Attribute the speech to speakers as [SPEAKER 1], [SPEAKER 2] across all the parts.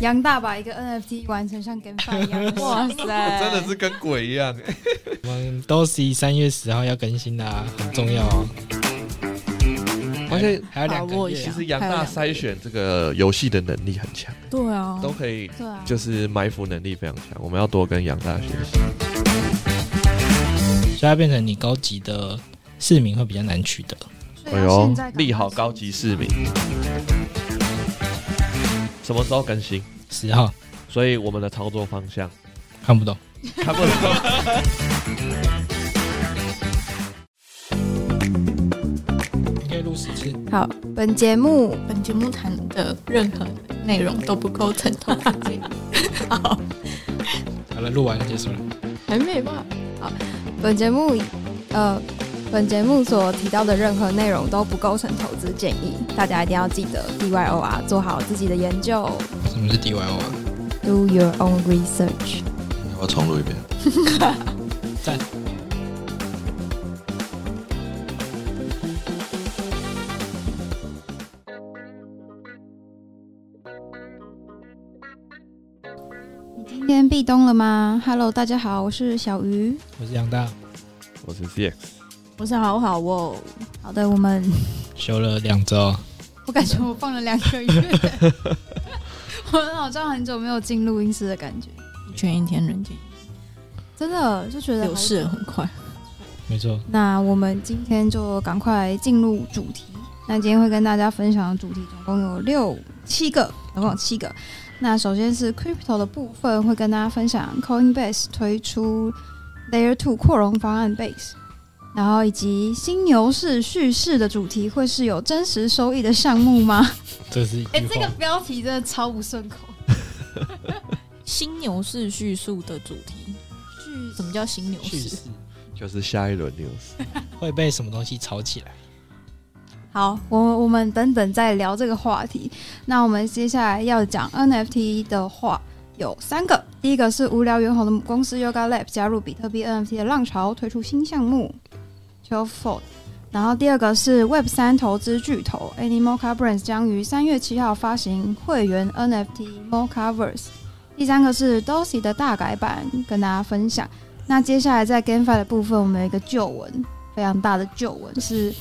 [SPEAKER 1] 杨大把一个 NFT 完成像跟饭一样， 哇塞，
[SPEAKER 2] 真的是跟鬼一样。
[SPEAKER 1] 啊
[SPEAKER 3] 我们都是三月十号要更新的、啊，很重要哦。
[SPEAKER 2] 而且
[SPEAKER 3] 还有两
[SPEAKER 4] 把
[SPEAKER 3] 个
[SPEAKER 4] 握一
[SPEAKER 3] 月啊
[SPEAKER 2] 其
[SPEAKER 4] 下
[SPEAKER 2] 实杨大筛选这个游戏的能力很强，
[SPEAKER 4] 对啊，
[SPEAKER 2] 都可以，
[SPEAKER 1] 对啊，
[SPEAKER 2] 就是埋伏能力非常强。我们要多跟杨大学习。
[SPEAKER 3] 所以它变成你高级的市民会比较难取得。
[SPEAKER 1] 所以他
[SPEAKER 2] 哎呦
[SPEAKER 1] 啊现在，
[SPEAKER 2] 利好高级市民，什么时候更新？
[SPEAKER 3] 十号
[SPEAKER 2] 所以我们的操作方 向
[SPEAKER 3] 看不懂，
[SPEAKER 2] 看不懂。
[SPEAKER 3] 你可以录十次。
[SPEAKER 1] 好，本节目
[SPEAKER 4] 本节目谈的任何内容都不构成投资建议。 好，
[SPEAKER 3] 好了，录完了结束了。
[SPEAKER 4] 还没吧？
[SPEAKER 2] 嗯
[SPEAKER 1] 本节目呃，本节目所提到的任何内容都不构成投资建议，大家一定要记得 DYOR 做好自己的研究
[SPEAKER 3] 什么是 DYO 啊？
[SPEAKER 1] ，Do your own research。
[SPEAKER 5] 我要重录一遍。
[SPEAKER 3] 赞。
[SPEAKER 1] 你今天壁咚了吗？Hello，大家好，我是小鱼。
[SPEAKER 3] 我是杨大，
[SPEAKER 2] 我是 CX，
[SPEAKER 4] 我是好好哦，
[SPEAKER 1] 好的，我们
[SPEAKER 3] 休了两周，
[SPEAKER 1] 我感觉我放了两个月， 我好像很久没有进录音室的感觉，
[SPEAKER 4] 全一天人间
[SPEAKER 1] 真的就觉得好
[SPEAKER 4] 流逝得很快。
[SPEAKER 3] 没错，
[SPEAKER 1] 那我们今天就赶快进入主题。那今天会跟大家分享的主题总共有六七个，总共有七个。那首先是 crypto 的部分，会跟大家分享 Coinbase 推出 Layer Two 扩容方案 Base，然后以及新牛市叙事的主题会是有真实收益的项目吗？
[SPEAKER 3] 这是一
[SPEAKER 1] 哎、
[SPEAKER 3] 句
[SPEAKER 1] 这个
[SPEAKER 3] 话。
[SPEAKER 1] 标题真的超不顺口。
[SPEAKER 4] 新牛市叙述的主题，
[SPEAKER 1] 叙
[SPEAKER 4] 什么叫新牛
[SPEAKER 3] 叙
[SPEAKER 4] 市
[SPEAKER 3] 事？
[SPEAKER 2] 就是下一轮 news。
[SPEAKER 3] 会被什么东西炒起来？
[SPEAKER 1] 好，我我们等等再聊这个话题。那我们接下来要讲 NFT 的话，有三个。第一个是无聊猿猴的母公司 Yoga Lab 加入比特币 NFT 的浪潮，推出新项目 c h i l f o l d 然后第二个是 Web 三投资巨头 Animoca Brands 将于三月七号发行会员 NFT Mocaverse。第三个是 Dosi 的大改版，跟大家分享。那接下来在 GameFi 的部分，我们有一个旧闻，非常大的旧闻是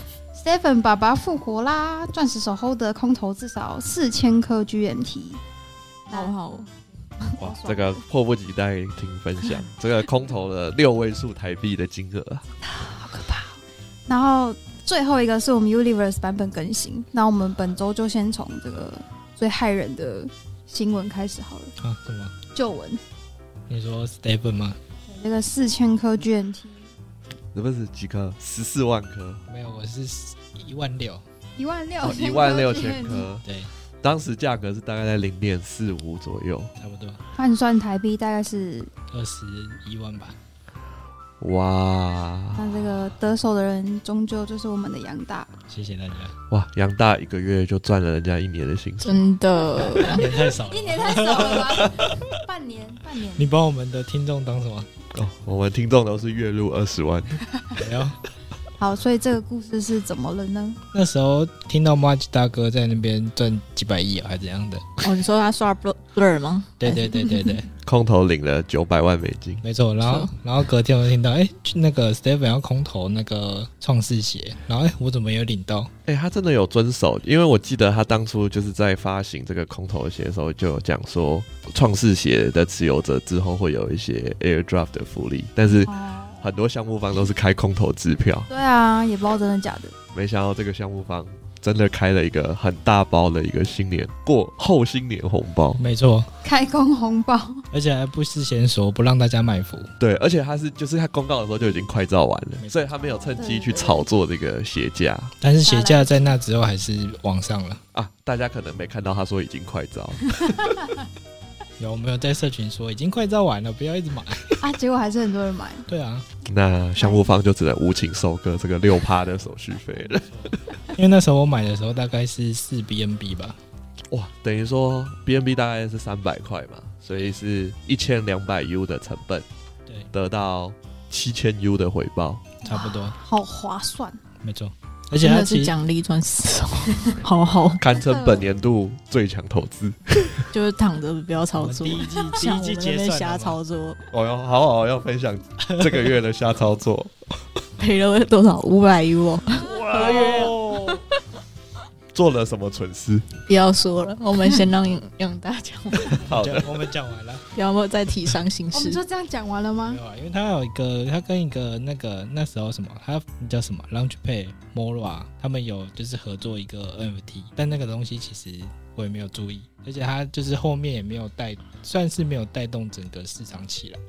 [SPEAKER 1] Stephen 爸爸复活啦！钻石手 hold 的空投至少四千颗 GMT。
[SPEAKER 4] 好好哦，
[SPEAKER 2] 哇，这个迫不及待听分
[SPEAKER 1] 嗯
[SPEAKER 2] 享，这个空投了六位数台币的金额啊，
[SPEAKER 1] 好可怕哦。然后最后一个是我们 Universe 版本更新，那我们本周就先从这个最害人的新闻开始好了。
[SPEAKER 3] 啊？什么？
[SPEAKER 1] 旧闻，
[SPEAKER 3] 你说 Stephen 吗？
[SPEAKER 1] 这个四千颗 GMT，
[SPEAKER 2] 是不是几颗？十四万颗，
[SPEAKER 3] 没有，我是一万六。
[SPEAKER 1] 一万六，
[SPEAKER 2] 哦一万六千。颗，
[SPEAKER 3] 对，
[SPEAKER 2] 当时价格是大概在零点四五左右。
[SPEAKER 3] 差不多
[SPEAKER 1] 换算台币大概是，
[SPEAKER 3] 二十一万吧。
[SPEAKER 2] 哇
[SPEAKER 1] 那这个得手的人终究就是我们的杨大。
[SPEAKER 3] 谢谢大 家，
[SPEAKER 2] 哇，杨大一个月就赚了人家一年的薪水，
[SPEAKER 4] 真的
[SPEAKER 3] 也太少了。
[SPEAKER 1] 年太少了吧？ 半年，半年
[SPEAKER 3] 你把我们的听众当什 么？
[SPEAKER 1] 嗯
[SPEAKER 2] 哦，我们听众都是月入二十万，
[SPEAKER 3] 哎呦，
[SPEAKER 1] 好，所以这个故事是怎么了呢？
[SPEAKER 3] 那时候听到 March 大哥在那边赚几百亿啊，还怎样的？
[SPEAKER 4] 哦，你说他刷 blur blur 吗？
[SPEAKER 3] 对对对对对，
[SPEAKER 2] 空投领了九百万美金，
[SPEAKER 3] 没错。然后然后隔天我就听到，哎、去那个 Stephen 要空投那个创世鞋，然后哎、我怎么有领到？
[SPEAKER 2] 哎、他真的有遵守，因为我记得他当初就是在发行这个空投鞋的时候，就有讲说，创世鞋的持有者之后会有一些 airdrop 的福利，但是
[SPEAKER 1] 哦，
[SPEAKER 2] 很多项目方都是开空投支票，
[SPEAKER 1] 对啊，也不知道真的假的。
[SPEAKER 2] 没想到这个项目方真的开了一个很大包的一个新年过后新年红包，
[SPEAKER 3] 没错，
[SPEAKER 1] 开工红包，
[SPEAKER 3] 而且还不事先说，不让大家买伏。
[SPEAKER 2] 对，而且他是就是他公告的时候就已经快照完了，
[SPEAKER 3] 错
[SPEAKER 2] 所以他没有趁机去炒作这个鞋价
[SPEAKER 3] 但是鞋价在那之后还是往上了。
[SPEAKER 2] 啊，大家可能没看到他说已经快 照，
[SPEAKER 3] 有没有在社群说已经快造完了，不要一直买？
[SPEAKER 1] 啊，结果还是很多人买。
[SPEAKER 3] 对啊，
[SPEAKER 2] 那项目方就只能无情收割这个六趴的手续费 了。
[SPEAKER 3] 因为那时候我买的时候大概是四 BNB 吧，
[SPEAKER 2] 哇，等于说 BNB 大概是三百块嘛，所以是一千两百 U 的成本，
[SPEAKER 3] 对，
[SPEAKER 2] 得到七千 U 的回报。
[SPEAKER 3] 差不多，
[SPEAKER 1] 好划算。
[SPEAKER 3] 没错。而且
[SPEAKER 4] 真
[SPEAKER 3] 它
[SPEAKER 4] 的
[SPEAKER 3] 其
[SPEAKER 4] 是
[SPEAKER 3] 实
[SPEAKER 4] 奖励赚 十哦，好好，
[SPEAKER 2] 堪称本年度最强投 资。
[SPEAKER 4] 就是躺着不要
[SPEAKER 3] 我
[SPEAKER 4] 操
[SPEAKER 3] 们
[SPEAKER 4] 作
[SPEAKER 3] 第，一季第
[SPEAKER 4] 像
[SPEAKER 3] 一
[SPEAKER 4] 我
[SPEAKER 3] 季
[SPEAKER 4] 们那
[SPEAKER 3] 结
[SPEAKER 4] 边
[SPEAKER 3] 算
[SPEAKER 4] 瞎
[SPEAKER 3] 了嘛
[SPEAKER 4] 操作，
[SPEAKER 2] 我要哦好好要分享这个月的瞎操作。
[SPEAKER 4] 赔了多少五百 U
[SPEAKER 2] 哇哦！做了什么蠢事？
[SPEAKER 4] 不要说了，我们先让让大家
[SPEAKER 2] 好
[SPEAKER 3] 就
[SPEAKER 2] 的，
[SPEAKER 3] 我们讲完了。
[SPEAKER 4] 不要再提伤心
[SPEAKER 1] 我们
[SPEAKER 4] 事。
[SPEAKER 1] 就这样讲完了吗
[SPEAKER 3] 没？有啊，因为他有一个，他跟一个那个那时候什么，他叫什么 Launchpad Mora，他们有就是合作一个 NFT，但那个东西其实我也没有注意，而且他就是后面也没有带，算是没有带动整个市场起来。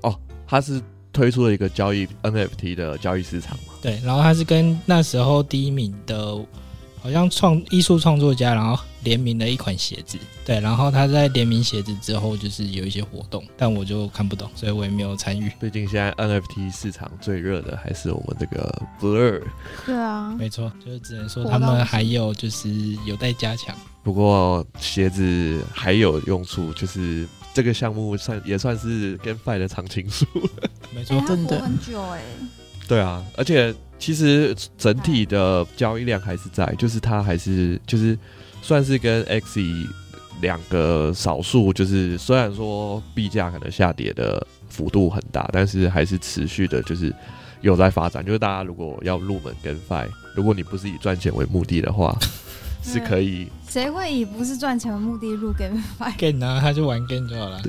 [SPEAKER 2] 他是推出了一个交易 NFT 的交易市场嘛？
[SPEAKER 3] 对，然后他是跟那时候第一名的，好像创艺术创作家，然后联名的一款鞋子。对，然后他在联名鞋子之后，就是有一些活动，但我就看不懂，所以我也没有参与。
[SPEAKER 2] 毕竟现在 NFT 市场最热的还是我们这个 Blur。
[SPEAKER 1] 对啊，
[SPEAKER 3] 没错，就是只能说
[SPEAKER 1] 活
[SPEAKER 3] 他
[SPEAKER 1] 动
[SPEAKER 3] 们
[SPEAKER 1] 是
[SPEAKER 3] 还有就是有待加强。
[SPEAKER 2] 不过鞋子还有用处，就是这个项目算也算是跟 Fi 的常青树。
[SPEAKER 3] 没
[SPEAKER 1] 哎
[SPEAKER 3] 错
[SPEAKER 1] 他，
[SPEAKER 4] 真的
[SPEAKER 1] 活很久哎，
[SPEAKER 2] 对啊，而且其实整体的交易量还是在，就是它还是就是算是跟 Xe 两个少数，就是虽然说币价可能下跌的幅度很大，但是还是持续的，就是有在发展。就是大家如果要入门跟 Fi，如果你不是以赚钱为目的的话，是可以
[SPEAKER 1] 谁会以不是赚钱为目的入 GameFi？
[SPEAKER 3] game 啊，他就玩 game 就好了。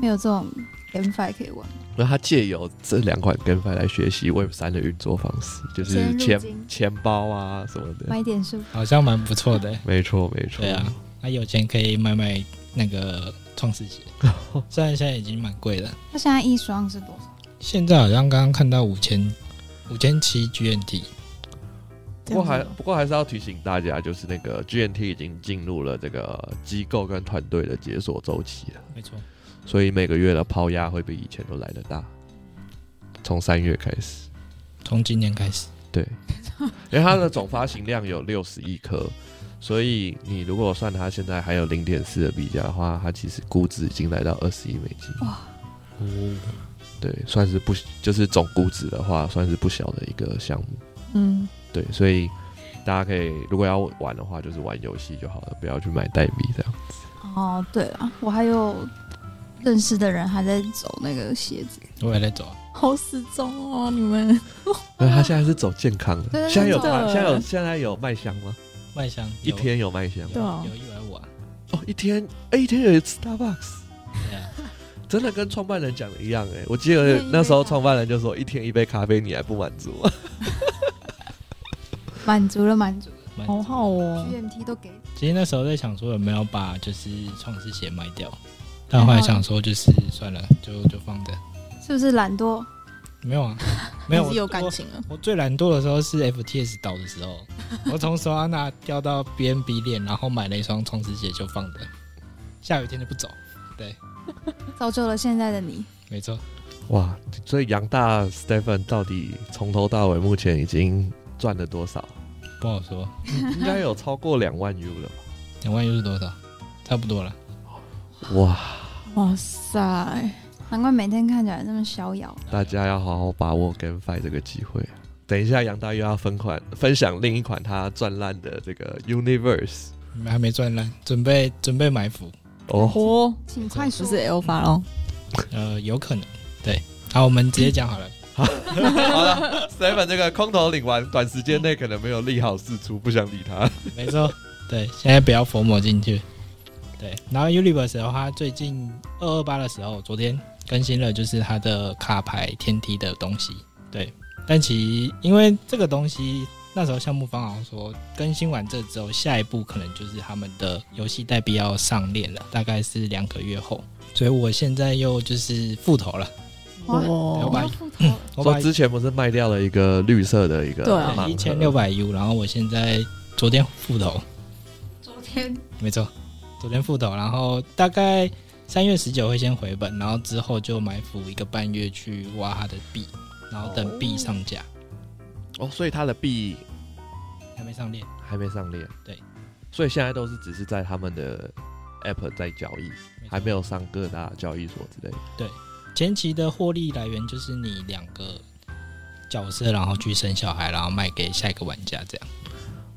[SPEAKER 1] 没有这种 GameFi 可以玩。
[SPEAKER 3] 嗯
[SPEAKER 2] 那他借由这两款跟 f 来学习 Web 三的运作方式，就是
[SPEAKER 1] 先入
[SPEAKER 2] 钱
[SPEAKER 1] 金
[SPEAKER 2] 钱包啊什么的。
[SPEAKER 1] 买点数，
[SPEAKER 3] 好像蛮不错的、
[SPEAKER 2] 没错，没错。
[SPEAKER 3] 对啊，那有钱可以买买那个创世 鞋，虽然现在已经蛮贵了，
[SPEAKER 1] 他现在一双是多少？
[SPEAKER 3] 现在好像刚刚看到五千五千七 GNT，
[SPEAKER 2] 不过还不过还是要提醒大家，就是那个 GNT 已经进入了这个机构跟团队的解锁周期了，
[SPEAKER 3] 没错，
[SPEAKER 2] 所以每个月的抛压会比以前都来得大。从三月开始，
[SPEAKER 3] 从今年开始，
[SPEAKER 2] 对，因为它的总发行量有六十亿颗，所以你如果算它现在还有零点四的币价的话，它其实估值已经来到二十亿美金。
[SPEAKER 1] 哇
[SPEAKER 3] 哦，
[SPEAKER 2] 对，算是不就是总估值的话，算是不小的一个项目。
[SPEAKER 4] 嗯，
[SPEAKER 2] 对，所以大家可以如果要玩的话，就是玩游戏就好了，不要去买代币这样。
[SPEAKER 1] 哦，对了，我还有认识的人还在走那个鞋子，
[SPEAKER 3] 我也在走，
[SPEAKER 4] 好失踪哦，你们
[SPEAKER 2] 那他现在是走健康
[SPEAKER 1] 对
[SPEAKER 2] 的，
[SPEAKER 1] 对
[SPEAKER 2] 现在有
[SPEAKER 4] 真的
[SPEAKER 2] 现在有现在有卖香吗？
[SPEAKER 3] 麦香
[SPEAKER 2] 一
[SPEAKER 3] 有
[SPEAKER 2] 天有卖香
[SPEAKER 4] 对啊
[SPEAKER 3] 有有一百五啊，
[SPEAKER 2] 哦，一天哎，一天有一次 Starbucks，
[SPEAKER 3] 对啊，
[SPEAKER 2] 真的跟创办人讲的一样哎，我记得那时候创办人就说一天一杯咖啡你还不满足吗？
[SPEAKER 1] 满足了满足了
[SPEAKER 3] 蛮
[SPEAKER 4] 好好哦，
[SPEAKER 1] ，GMT 都给你，
[SPEAKER 3] 其实那时候在想说有没有把就是创世鞋卖掉，但后来想说就是算了，就就放着，
[SPEAKER 1] 是不是懒惰？
[SPEAKER 3] 没 有啊，没有，
[SPEAKER 4] 还
[SPEAKER 3] 我
[SPEAKER 4] 是有感
[SPEAKER 5] 啊
[SPEAKER 4] 情了。
[SPEAKER 3] 我最懒惰的时候是 FTS 倒的时候， 我从索安娜掉到 BNB 链，然后买了一双创世鞋就放着，下雨天就不走。
[SPEAKER 1] 造就了现在的你。
[SPEAKER 3] 没错，
[SPEAKER 2] 哇，所以杨大 Stephen 到底从头到尾目前已经赚了多少？
[SPEAKER 3] 不好说。
[SPEAKER 2] 应该有超过两万 U 了吧？
[SPEAKER 3] 两万又是多少？差不多了。
[SPEAKER 2] 哇，
[SPEAKER 4] 哇塞，
[SPEAKER 1] 难怪每天看起来那么逍遥。
[SPEAKER 2] 大家要好好把握跟 Fi 这个机会。等一下，杨大又要分款分享另一款他赚烂的这个 Universe
[SPEAKER 3] 你们还没赚烂，准备准备埋伏。
[SPEAKER 2] 哦，
[SPEAKER 4] 哦，
[SPEAKER 1] 请
[SPEAKER 4] 不
[SPEAKER 1] 快说，
[SPEAKER 4] 是 Alpha 咯，
[SPEAKER 3] 呃，有可能。对，好，我们直接讲好了。
[SPEAKER 2] 好了，Seven 这个空头领完，短时间内可能没有利好事出，不想理他。
[SPEAKER 3] 没错，对，现在不要佛魔进去。对，然后 Universe 的话，最近二二八的时候，昨天更新了，就是它的卡牌天梯的东西。对，但其实因为这个东西，那时候项目方好像说，更新完这之后，下一步可能就是他们的游戏代币要上链了，大概是两个月后。所以我现在又就是复投了，
[SPEAKER 1] 哇
[SPEAKER 4] 哦
[SPEAKER 1] 你要复仇了，
[SPEAKER 3] 我
[SPEAKER 2] 说
[SPEAKER 3] 把
[SPEAKER 2] 之前不是卖掉了一个绿色的一个
[SPEAKER 4] 对啊
[SPEAKER 2] 盲
[SPEAKER 3] 一
[SPEAKER 2] 盒
[SPEAKER 3] 千六百 U，然后我现在昨天复投，
[SPEAKER 1] 昨天
[SPEAKER 3] 没错，昨天复投，然后大概三月十九会先回本，然后之后就埋伏一个半月去挖它的币，然后等币上架，
[SPEAKER 2] 哦，所以他的币
[SPEAKER 3] 还没上链，
[SPEAKER 2] 还没上链。
[SPEAKER 3] 对，
[SPEAKER 2] 所以现在都是只是在他们的 App 在交易，
[SPEAKER 3] 错
[SPEAKER 2] 还没。有上各大交易所之类的。
[SPEAKER 3] 前期的获利来源就是你两个角色，然后去生小孩，然后卖给下一个玩家这样。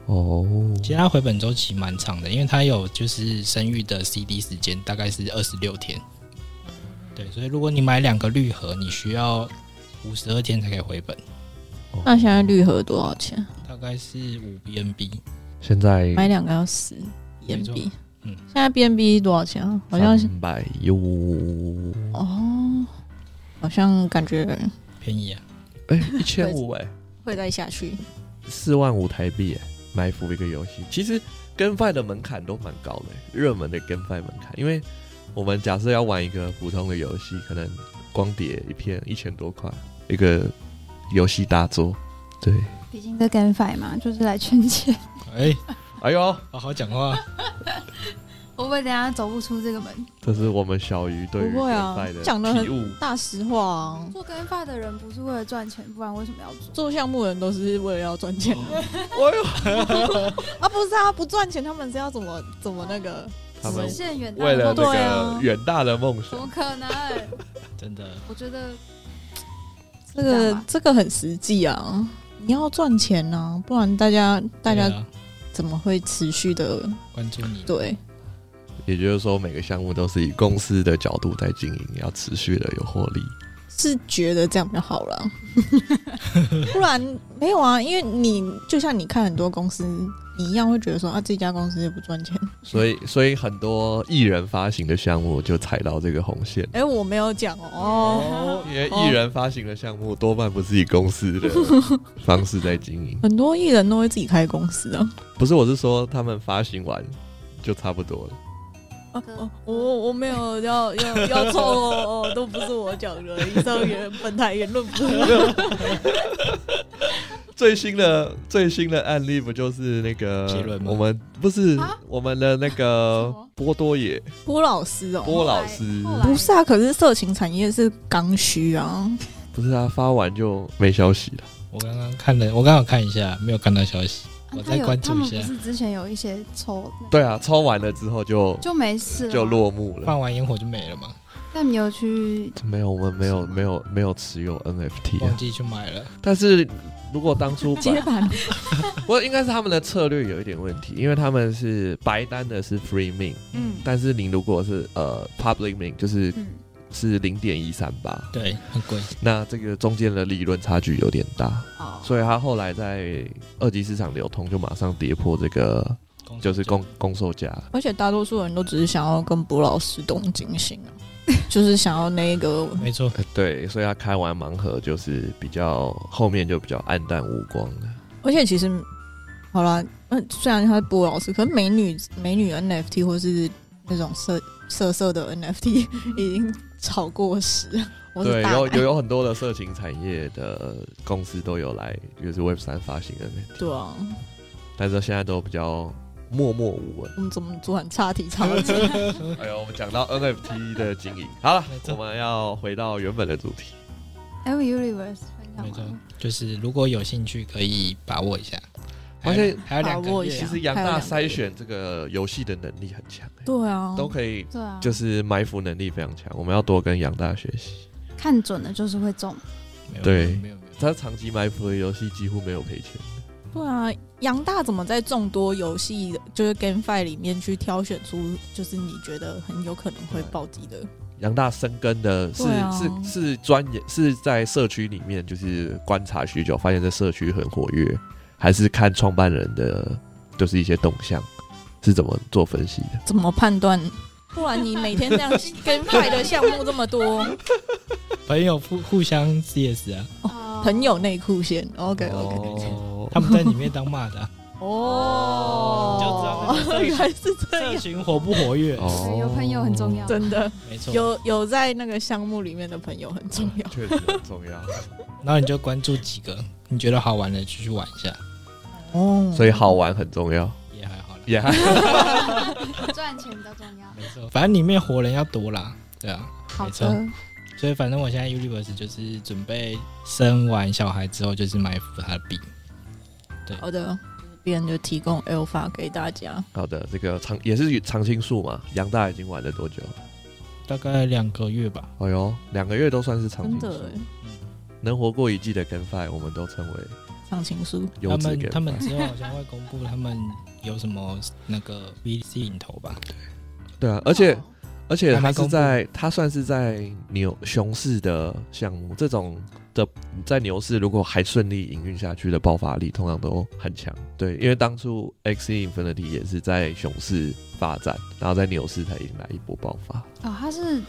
[SPEAKER 2] 哦，
[SPEAKER 3] 其实它回本周期蛮长的，因为它有就是生育的 CD 时间大概是二十六天。对，所以如果你买两个绿盒，你需要五十二天才可以回本，
[SPEAKER 2] 哦
[SPEAKER 5] 那现在绿盒多少钱？
[SPEAKER 3] 大概是五 BNB，
[SPEAKER 2] 现在
[SPEAKER 5] 买两个要十
[SPEAKER 3] 没错
[SPEAKER 5] BNB。
[SPEAKER 3] 嗯
[SPEAKER 5] 现在 BNB 多少钱啊？好像是
[SPEAKER 2] 三百哟，
[SPEAKER 5] 哦，好像感觉
[SPEAKER 3] 便宜啊。
[SPEAKER 2] 哎， 一千五哎，
[SPEAKER 5] 会再下去。
[SPEAKER 2] 四万五台币哎，买服一个游戏，其实跟饭的门槛都蛮高的哎，热门的跟饭门槛，因为我们假设要玩一个普通的游戏，可能光碟一片一千多块，一个游戏大作，对，
[SPEAKER 1] 毕竟这 GameFi 嘛，就是来圈 钱。
[SPEAKER 3] 哎，
[SPEAKER 2] 哎呦，
[SPEAKER 3] 好好讲 话。
[SPEAKER 1] 我会不会等一下走不出这个门？
[SPEAKER 2] 这是我们小鱼对于
[SPEAKER 5] 不会啊
[SPEAKER 2] GameFi 的
[SPEAKER 5] 讲得很
[SPEAKER 2] 体悟
[SPEAKER 5] 大实话、啊，
[SPEAKER 1] 做 GameFi 的人不是为了赚钱，不然为什么要做？
[SPEAKER 5] 做项目的人都是为了要赚钱
[SPEAKER 2] 哎呦，
[SPEAKER 5] 啊，不是啊，不赚钱他们是要怎么怎么那个？
[SPEAKER 2] 他们
[SPEAKER 1] 实现远大
[SPEAKER 2] 为
[SPEAKER 1] 的
[SPEAKER 2] 了那
[SPEAKER 1] 梦
[SPEAKER 5] 对
[SPEAKER 2] 个
[SPEAKER 5] 啊嗯
[SPEAKER 2] 远大的梦
[SPEAKER 1] 怎么
[SPEAKER 2] 想，
[SPEAKER 1] 可能？
[SPEAKER 3] 真的，
[SPEAKER 1] 我觉得
[SPEAKER 5] 这
[SPEAKER 1] 这样
[SPEAKER 5] 个
[SPEAKER 1] 吧
[SPEAKER 5] 这个很实际啊，你要赚钱啊，不然大家大家
[SPEAKER 3] 对啊
[SPEAKER 5] 怎么会持续的
[SPEAKER 3] 关注你，
[SPEAKER 5] 对？
[SPEAKER 2] 也就是说每个项目都是以公司的角度在经营，要持续的有获利。
[SPEAKER 5] 是觉得这样比较好了，不然没有啊，因为你就像你看很多公司你一样，会觉得说啊，这家公司也不赚钱。
[SPEAKER 2] 所以，所以很多艺人发行的项目就踩到这个红线。
[SPEAKER 5] 哎、我没有讲哦，
[SPEAKER 2] 因为艺人发行的项目多半不是以公 司的方式在经营，
[SPEAKER 5] 很多艺人都会自己开公司啊。
[SPEAKER 2] 不是，我是说他们发行完就差不多了。
[SPEAKER 5] 哦，哦我我没有要要要抽哦，哦，都不是我讲的，以上言本台言论不是。
[SPEAKER 2] 最新的最新的案例不就是那个
[SPEAKER 3] 杰伦吗
[SPEAKER 2] 我们不是
[SPEAKER 1] 啊
[SPEAKER 2] 我们的那个
[SPEAKER 1] 什么
[SPEAKER 2] 波多野
[SPEAKER 5] 郭老师哦，
[SPEAKER 2] 波老师，
[SPEAKER 1] 后来
[SPEAKER 5] 不是啊，可是色情产业是刚需啊。
[SPEAKER 2] 不是他发完就没消息了。
[SPEAKER 3] 我刚刚看了，我刚好看一下，没有看到消息。我
[SPEAKER 1] 嗯他
[SPEAKER 3] 再
[SPEAKER 1] 有
[SPEAKER 3] 关
[SPEAKER 1] 他
[SPEAKER 3] 注
[SPEAKER 1] 们
[SPEAKER 3] 一下
[SPEAKER 1] 不是之前有一些抽，
[SPEAKER 2] 对啊，抽完了之后就
[SPEAKER 1] 就啊没事了
[SPEAKER 2] 就。落幕了。
[SPEAKER 3] 放完烟火就没了嘛，
[SPEAKER 1] 那你有去
[SPEAKER 2] 没有，我们没有没有没有持有 NFT 啊
[SPEAKER 3] 忘。记去买了。
[SPEAKER 2] 但是如果当初
[SPEAKER 5] 接盘
[SPEAKER 2] 不过应该是他们的策略有一点问题，因为他们是白单的是 free min，
[SPEAKER 5] 嗯
[SPEAKER 2] 但是你如果是呃 public min 就是
[SPEAKER 1] 嗯
[SPEAKER 2] 是零点一三八，
[SPEAKER 3] 对，很贵。
[SPEAKER 2] 那这个中间的利润差距有点大，
[SPEAKER 1] 哦？
[SPEAKER 2] 所以他后来在二级市场流通就马上跌破这个就是公公售价。
[SPEAKER 5] 而且大多数人都只是想要跟博老师动金星啊， 就是想要那个
[SPEAKER 3] 没错，
[SPEAKER 2] 呃对，所以他开完盲盒就是比较后面就比较暗淡无光了。
[SPEAKER 5] 而且其实，好啦，嗯，虽然他是波老师，可是美女美女 NFT 或是那种色色色的 NFT 已经超过时，我
[SPEAKER 2] 对，
[SPEAKER 5] 是大
[SPEAKER 2] 有有
[SPEAKER 5] 买。
[SPEAKER 2] 有很多的色情产业的公司都有来，就是 Web 三发行的那
[SPEAKER 5] 对啊，
[SPEAKER 2] 但是现在都比较默默无闻。
[SPEAKER 5] 我们怎么做很差题差题？
[SPEAKER 2] 哎呦，我们讲到 NFT 的经营，好了
[SPEAKER 3] 没，错
[SPEAKER 2] 我们要回到原本的主题。
[SPEAKER 1] L Universe 分享
[SPEAKER 3] 没错
[SPEAKER 1] 完，
[SPEAKER 3] 就是如果有兴趣可以把握一下。
[SPEAKER 2] 而且
[SPEAKER 3] 还有两
[SPEAKER 5] 把
[SPEAKER 3] 个
[SPEAKER 5] 握一
[SPEAKER 3] 月
[SPEAKER 5] 下
[SPEAKER 2] 其
[SPEAKER 3] 啊，
[SPEAKER 2] 实杨大筛选这个游戏的能力很强、欸，
[SPEAKER 5] 对啊，
[SPEAKER 2] 都可以，
[SPEAKER 1] 对啊，
[SPEAKER 2] 就是埋伏能力非常强。我们要多跟杨大学习，
[SPEAKER 1] 看准了就是会中。
[SPEAKER 3] 没有
[SPEAKER 2] 对
[SPEAKER 3] 没有没有，
[SPEAKER 2] 他长期埋伏的游戏几乎没有赔钱。
[SPEAKER 5] 对啊。杨大怎么在众多游戏的就是 GameFi 里面去挑选出就是你觉得很有可能会暴击的？
[SPEAKER 2] 杨大深耕的是、
[SPEAKER 5] 对啊
[SPEAKER 2] 是是专业是在社区里面，就是观察许久，发现这社区很活跃，还是看创办人的就是一些动向，是怎么做分析的？
[SPEAKER 5] 怎么判断？不然你每天这 样 GameFi 的项目这么多，
[SPEAKER 3] 朋友互互相 CS 啊，
[SPEAKER 1] 哦
[SPEAKER 5] 朋友内裤线，OK OK。
[SPEAKER 2] 哦
[SPEAKER 3] 他们在里面当骂的啊，
[SPEAKER 5] 哦，
[SPEAKER 3] 就知道那个
[SPEAKER 5] 原来是这
[SPEAKER 3] 社
[SPEAKER 5] 样，
[SPEAKER 3] 群活不活跃？
[SPEAKER 2] 哦
[SPEAKER 1] 对有朋友很重要
[SPEAKER 5] 真的
[SPEAKER 3] 没错，
[SPEAKER 5] 有有在那个项目里面的朋友很重要。
[SPEAKER 2] 确实很重要。
[SPEAKER 3] 然后你就关注几个你觉得好玩的，就去玩一下，
[SPEAKER 5] 哦
[SPEAKER 2] 所以好玩很重要，
[SPEAKER 3] 也还好啦。
[SPEAKER 2] 也、还
[SPEAKER 1] 赚钱比较重要。
[SPEAKER 3] 没错，反正里面活人要多啦，对啊。
[SPEAKER 1] 好
[SPEAKER 3] 没错
[SPEAKER 1] 的，
[SPEAKER 3] 所以反正我现在 Universe 就是准备生完小孩之后就是埋伏他的币，
[SPEAKER 5] 好的，就是别人就提供 alpha 给大家。
[SPEAKER 2] 好的。这个常也是常青树嘛，杨大已经玩了多久了？
[SPEAKER 3] 大概两个月吧。
[SPEAKER 2] 哎呦，两个月都算是常
[SPEAKER 5] 真欸
[SPEAKER 2] 青树
[SPEAKER 5] 的，耶，
[SPEAKER 2] 能活过一季的跟 f 我们都称为
[SPEAKER 5] 上情书，
[SPEAKER 2] 优
[SPEAKER 3] 他
[SPEAKER 2] 质
[SPEAKER 3] 们
[SPEAKER 2] 给
[SPEAKER 3] 他们之后好像会公布他们有什么那个 VC 影头吧？
[SPEAKER 2] 对啊，而
[SPEAKER 1] 哦
[SPEAKER 2] 且而且
[SPEAKER 3] 还没
[SPEAKER 2] 他是
[SPEAKER 3] 公布
[SPEAKER 2] 在他算是在牛熊市的项目，这种的在牛市如果还顺利营运下去的爆发力通常都很强。对，因为当初 X E Infinity 也是在熊市发展，然后在牛市才迎来一波爆发。
[SPEAKER 1] 哦，它是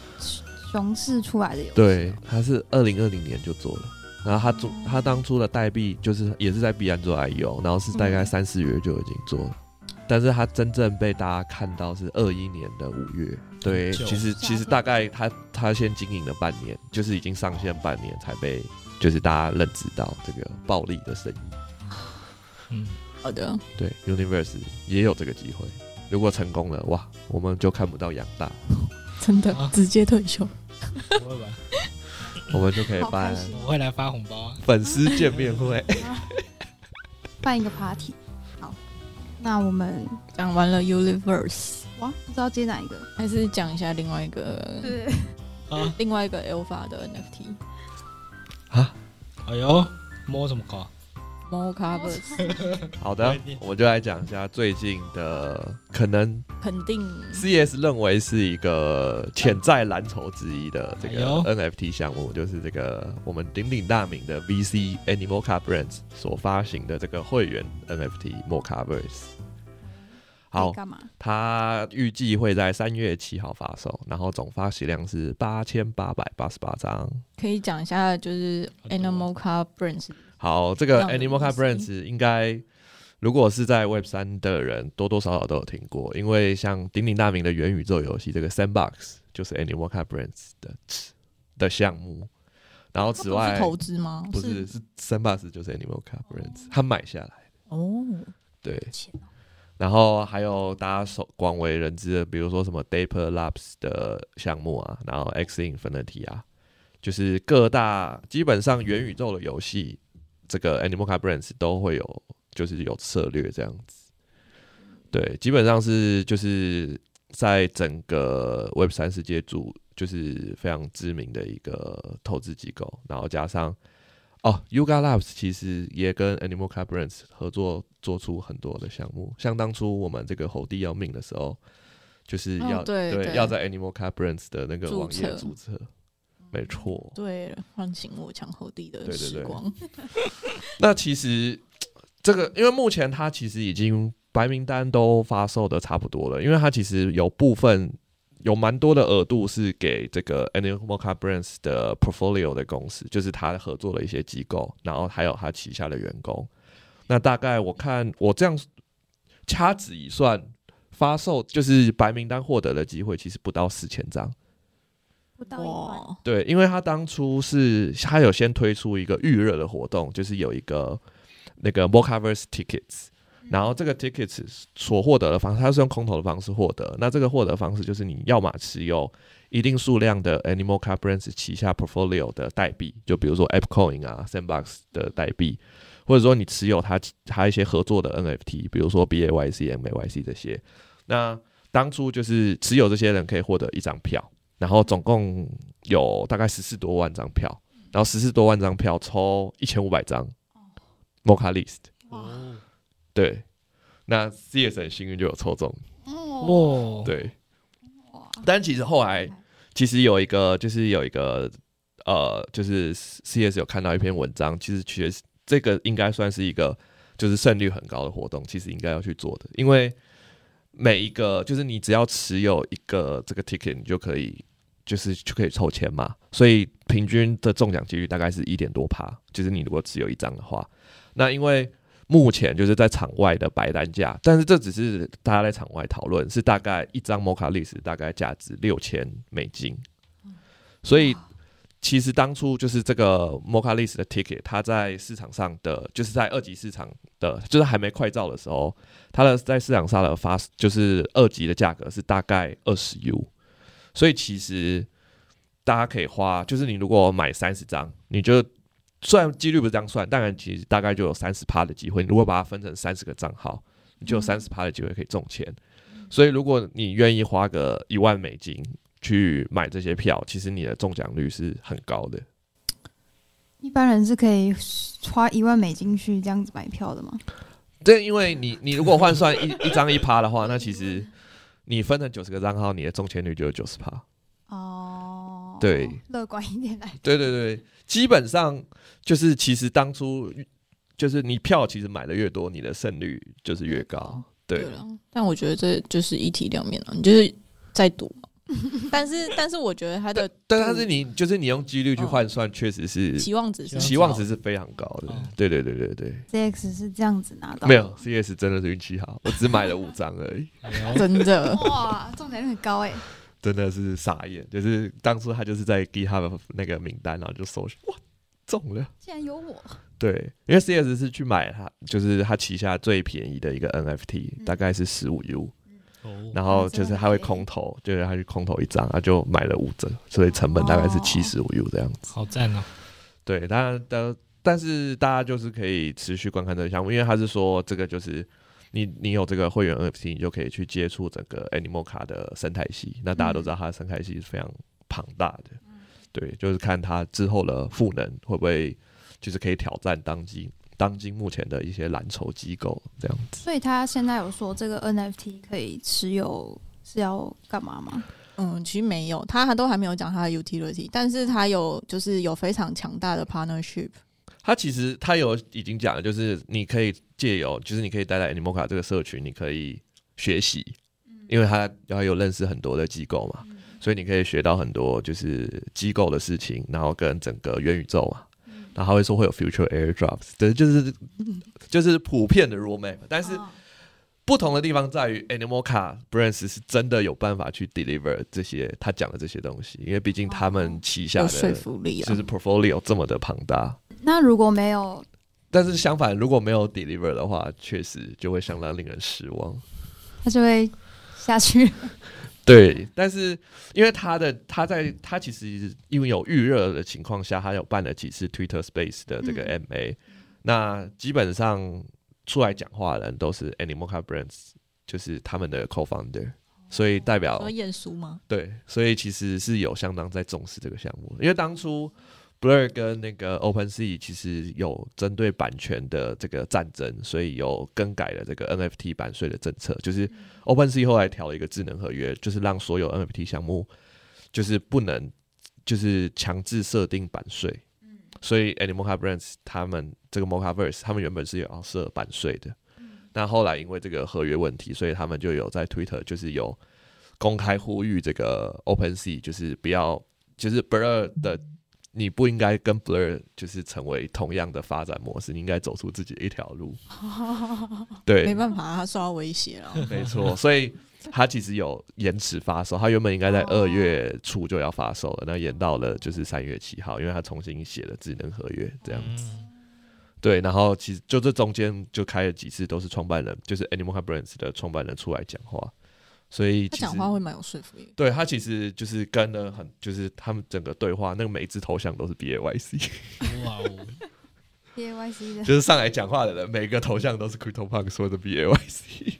[SPEAKER 1] 熊市出来的游戏，
[SPEAKER 2] 对，他是二零二零年就做了。然后他做他当初的代币就是也是在币安做 IEO，然后是大概
[SPEAKER 1] 嗯
[SPEAKER 2] 三四月就已经做了，但是他真正被大家看到是二一年的五月。对，
[SPEAKER 3] 久
[SPEAKER 2] 其实
[SPEAKER 1] 夏
[SPEAKER 2] 其
[SPEAKER 1] 天
[SPEAKER 2] 实大概他他先经营了半年，就是已经上线半年才被就是大家认知到这个暴利的生意。
[SPEAKER 3] 嗯，
[SPEAKER 5] 好的，
[SPEAKER 2] 对，Universe 也有这个机会，如果成功了，哇，我们就看不到养大，
[SPEAKER 5] 真的
[SPEAKER 3] 啊
[SPEAKER 5] 直接退休。
[SPEAKER 3] 不 会吧？
[SPEAKER 2] 我们就可以
[SPEAKER 1] 好开
[SPEAKER 2] 办
[SPEAKER 1] 心哦
[SPEAKER 3] 我会来发红包啊！
[SPEAKER 2] 粉丝见面会。
[SPEAKER 1] 办一个 party。好，那我们
[SPEAKER 5] 讲完了 Universe，
[SPEAKER 1] 哇，不知道接哪一个？
[SPEAKER 5] 还是讲一下另外一个
[SPEAKER 1] 对，
[SPEAKER 3] 啊，
[SPEAKER 5] 另外一个 Alpha 的 NFT
[SPEAKER 3] 哎呦，摸什么搞？
[SPEAKER 5] m o c a v e r s
[SPEAKER 2] 好的
[SPEAKER 3] 有一点，
[SPEAKER 2] 我就来啊讲一下最近的，可能
[SPEAKER 5] 肯定
[SPEAKER 2] CS 认为是一个潜在蓝筹之一的这
[SPEAKER 3] 哎
[SPEAKER 2] 个
[SPEAKER 3] 呦
[SPEAKER 2] NFT 项目，就是这个我们鼎鼎大名的 VC Animal c a Brands 所发行的这个会员 NFT m o c a v e r s 好，
[SPEAKER 1] 干嘛？
[SPEAKER 2] 它预计会在三月七号发售，然后总发行量是八千八百八十八张。
[SPEAKER 5] 可以讲一下，就是
[SPEAKER 3] 很多
[SPEAKER 5] Animal Car Brands
[SPEAKER 2] 好，这个
[SPEAKER 5] 那我们
[SPEAKER 2] Animal Car
[SPEAKER 5] 公司
[SPEAKER 2] Brands 应该如果是在 Web 三的人，多多少少都有听过，因为像鼎鼎大名的元宇宙游戏这个 Sandbox 就是 Animal Car Brands 的的项目。然后
[SPEAKER 5] 它
[SPEAKER 2] 此
[SPEAKER 5] 不
[SPEAKER 2] 外
[SPEAKER 5] 是投资吗？
[SPEAKER 2] 不是是 Sandbox 就是 Animal Car Brands，他买下来。
[SPEAKER 5] 哦，
[SPEAKER 2] 对
[SPEAKER 1] 钱，
[SPEAKER 5] 啊
[SPEAKER 2] 然后还有大家所广为人知的，比如说什么 Dapper Labs 的项目啊，然后 X Infinity 啊，就是各大基本上元宇宙的游戏，这个 Animal Car Brands 都会有，就是有策略这样子。对，基本上是就是在整个 Web 三世界主就是非常知名的一个投资机构，然后加上哦，Yuga Labs 其实也跟 Animal Car Brands 合作，做出很多的项目。像当初我们这个猴帝要命的时候，就是要、
[SPEAKER 5] 哦对对
[SPEAKER 2] 要在 Animal Car Brands 的那个
[SPEAKER 5] 注
[SPEAKER 2] 网页
[SPEAKER 5] 册
[SPEAKER 2] 注册，没错。
[SPEAKER 5] 对了，唤醒我墙后地
[SPEAKER 2] 对
[SPEAKER 5] 的
[SPEAKER 2] 对对
[SPEAKER 5] 时光。
[SPEAKER 2] 那其实这个，因为目前它其实已经白名单都发售的差不多了，因为它其实有部分有蛮多的额度是给这个 Animal Car Brands 的 portfolio 的公司，就是它合作的一些机构，然后还有它旗下的员工。那大概我看我这样掐指一算，发售就是白名单获得的机会其实不到四千张。
[SPEAKER 1] 不到一半。
[SPEAKER 5] 哇，
[SPEAKER 2] 对，因为他当初是他有先推出一个预热的活动，就是有一个那个 m o c a v e r s Tickets，然后这个 Tickets 所获得的方式，它是用空投的方式获得。那这个获得方式就是你要么持有一定数量的 Animal Car Brands 旗下 portfolio 的代币，就比如说 App Coin 啊、Sandbox 的代币，或者说你持有它它一些合作的 NFT，比如说 BAYC、MAYC 这些。那当初就是持有这些人可以获得一张票，然后总共有大概十四多万张票，然后十四多万张票抽一千五百张 m o c a List，
[SPEAKER 3] 哦，
[SPEAKER 2] 对，那 CS 很幸运就有抽中，
[SPEAKER 1] 哦，
[SPEAKER 3] 哇，
[SPEAKER 2] 对，
[SPEAKER 1] 哇
[SPEAKER 2] 但其实后来其实有一个就是有一个呃，就是 CS 有看到一篇文章，其实确实这个应该算是一个就是胜率很高的活动，其实应该要去做的，因为每一个就是你只要持有一个这个 ticket，你就可以就是就可以抽签嘛，所以平均的中奖几率大概是一点多趴，就是你如果持有一张的话，那因为。目前就是在场外的白单价，但是这只是大家在场外讨论，是大概一张摩卡历史大概价值六千美金，所以其实当初就是这个 m o c a l i s 的 ticket，它在市场上的，就是在二级市场的，就是还没快照的时候，它的在市场上的发，就是二级的价格是大概二十 U，所以其实大家可以花，就是你如果买三十张，你就虽然几率不是这样算，当然其实大概就有三十趴的机会，你如果把它分成三十个账号，你就有三十趴的机会可以中钱。所以如果你愿意花个一万美金去买这些票，其实你的中奖率是很高的。
[SPEAKER 1] 一般人是可以花一万美金去这样子买票的吗？
[SPEAKER 2] 对，因为你你如果换算一 一张一趴的话，那其实你分成九十个账号，你的中签率就有九十趴。
[SPEAKER 1] 哦，
[SPEAKER 2] 对，
[SPEAKER 1] 乐观一点来。
[SPEAKER 2] 对对对，基本上就是其实当初就是你票其实买的越多，你的胜率就是越高。哦对，
[SPEAKER 5] 了，但我觉得这就是一体两面了，啊你就是在赌 嘛。但是，但是我觉得他的
[SPEAKER 2] 但但是你就是你用几率去换算，确实是
[SPEAKER 5] 期望值是
[SPEAKER 3] 望
[SPEAKER 2] 期望值哦是非常高的
[SPEAKER 3] 嗯。
[SPEAKER 2] 对对对对对，
[SPEAKER 1] ZX 是这样子拿到，，
[SPEAKER 2] 没有 CS 真的是运气好，我只买了五张而已，
[SPEAKER 3] 哎呦
[SPEAKER 5] 真的
[SPEAKER 1] 哇，中奖率很高哎、
[SPEAKER 2] 真的是傻眼。就是当初他就是在 GitHub 那个名单，然后就搜哇中了。
[SPEAKER 1] 竟然有我，
[SPEAKER 2] 对，因为 CS 是去买它，就是它旗下最便宜的一个 NFT，、
[SPEAKER 1] 嗯
[SPEAKER 2] 大概是十五 U，
[SPEAKER 3] 哦
[SPEAKER 2] 然后就
[SPEAKER 1] 真
[SPEAKER 2] 是
[SPEAKER 1] 的
[SPEAKER 2] 他会
[SPEAKER 1] 很便宜
[SPEAKER 2] 空投，就是他去空投一张，他就买了五折，所以成本大概是
[SPEAKER 1] 哦
[SPEAKER 2] 七十五 U 这样子。
[SPEAKER 3] 好赞哦！
[SPEAKER 2] 对，当然的，但是大家就是可以持续观看这个项目，因为他是说这个就是你你有这个会员 NFT，你就可以去接触整个 Animal 卡的生态系。那大家都知道它的生态系是非常庞大的，对，就是看它之后的赋能会不会就是可以挑战当今当今目前的一些蓝筹机构这样子。
[SPEAKER 1] 所以他现在有说这个 NFT 可以持有是要干嘛吗？
[SPEAKER 5] 嗯，其实没有，他还都还没有讲他的 utility，但是他有就是有非常强大的 partnership，
[SPEAKER 2] 它其实它有已经讲了，就是你可以借由，就是你可以待在 Animoca 这个社群，你可以学习，
[SPEAKER 5] 嗯
[SPEAKER 2] 因为它要有认识很多的机构嘛，所以你可以学到很多就是机构的事情，然后跟整个元宇宙啊，
[SPEAKER 5] 嗯
[SPEAKER 2] 然后他会说会有 future airdrops，对， 就是就是普遍的 roadmap，但是
[SPEAKER 1] 哦
[SPEAKER 2] 不同的地方在于 Animoca Brands 是真的有办法去 deliver 这些他讲的这些东西，因为毕竟他们旗下
[SPEAKER 5] 哦有说
[SPEAKER 2] 的
[SPEAKER 5] 服力
[SPEAKER 2] 就
[SPEAKER 5] 啊
[SPEAKER 2] 是。portfolio 这么的庞大。
[SPEAKER 1] 那如果没有
[SPEAKER 2] 但是相反，如果没有 deliver 的话，确实就会相当令人失望。
[SPEAKER 1] 他就会下 去。
[SPEAKER 2] 对，但是因为他的他在他其实因为有预热的情况下，他有办了几次 Twitter Space 的这个 MA，、那基本上出来讲话的人都是 Animoca Brands，就是他们的 co-founder，所以代表
[SPEAKER 5] 说验书吗？
[SPEAKER 2] 对，所以其实是有相当在重视这个项目的，因为当初 Blur 跟那个 OpenSea 其实有针对版权的这个战争，所以有更改了这个 NFT 版税的政策，就是 OpenSea 后来 E 调了一个智能合约，就是让所有 NFT 项目就是不能就是强制设定版税。所以 Animoca Brands 他们这个 Mocaverse 他们原本是有要设版税的，那后来因为这个合约问题，所以他们就有在 Twitter 就是有公开呼吁这个 OpenSea，就是不要，就是 Blur 的，你不应该跟 Blur 就是成为同样的发展模式，你应该走出自己的一条路。
[SPEAKER 5] 没
[SPEAKER 2] 对，
[SPEAKER 5] 办法，他受到威胁 了。
[SPEAKER 2] 没错，所以它其实有延迟发售，它原本应该在
[SPEAKER 1] 哦
[SPEAKER 2] 二月初就要发售了，那延到了就是三月七号，因为它重新写了智能合约这样。
[SPEAKER 3] 嗯
[SPEAKER 2] 对，然后其实就这中间就开了几次都是创办人，就是 Animal Brands 的创办人出来讲话，所以
[SPEAKER 5] 他
[SPEAKER 2] 其实
[SPEAKER 5] 讲话会蛮有说服力。
[SPEAKER 2] 对他其实就是跟了很，就是他们整个对话，那个每一只头像都是 B A Y C，
[SPEAKER 3] 哇哦，
[SPEAKER 1] B A Y C 的
[SPEAKER 2] 就是上来讲话的人，每个头像都是 Crypto Punk 说的 B A Y C。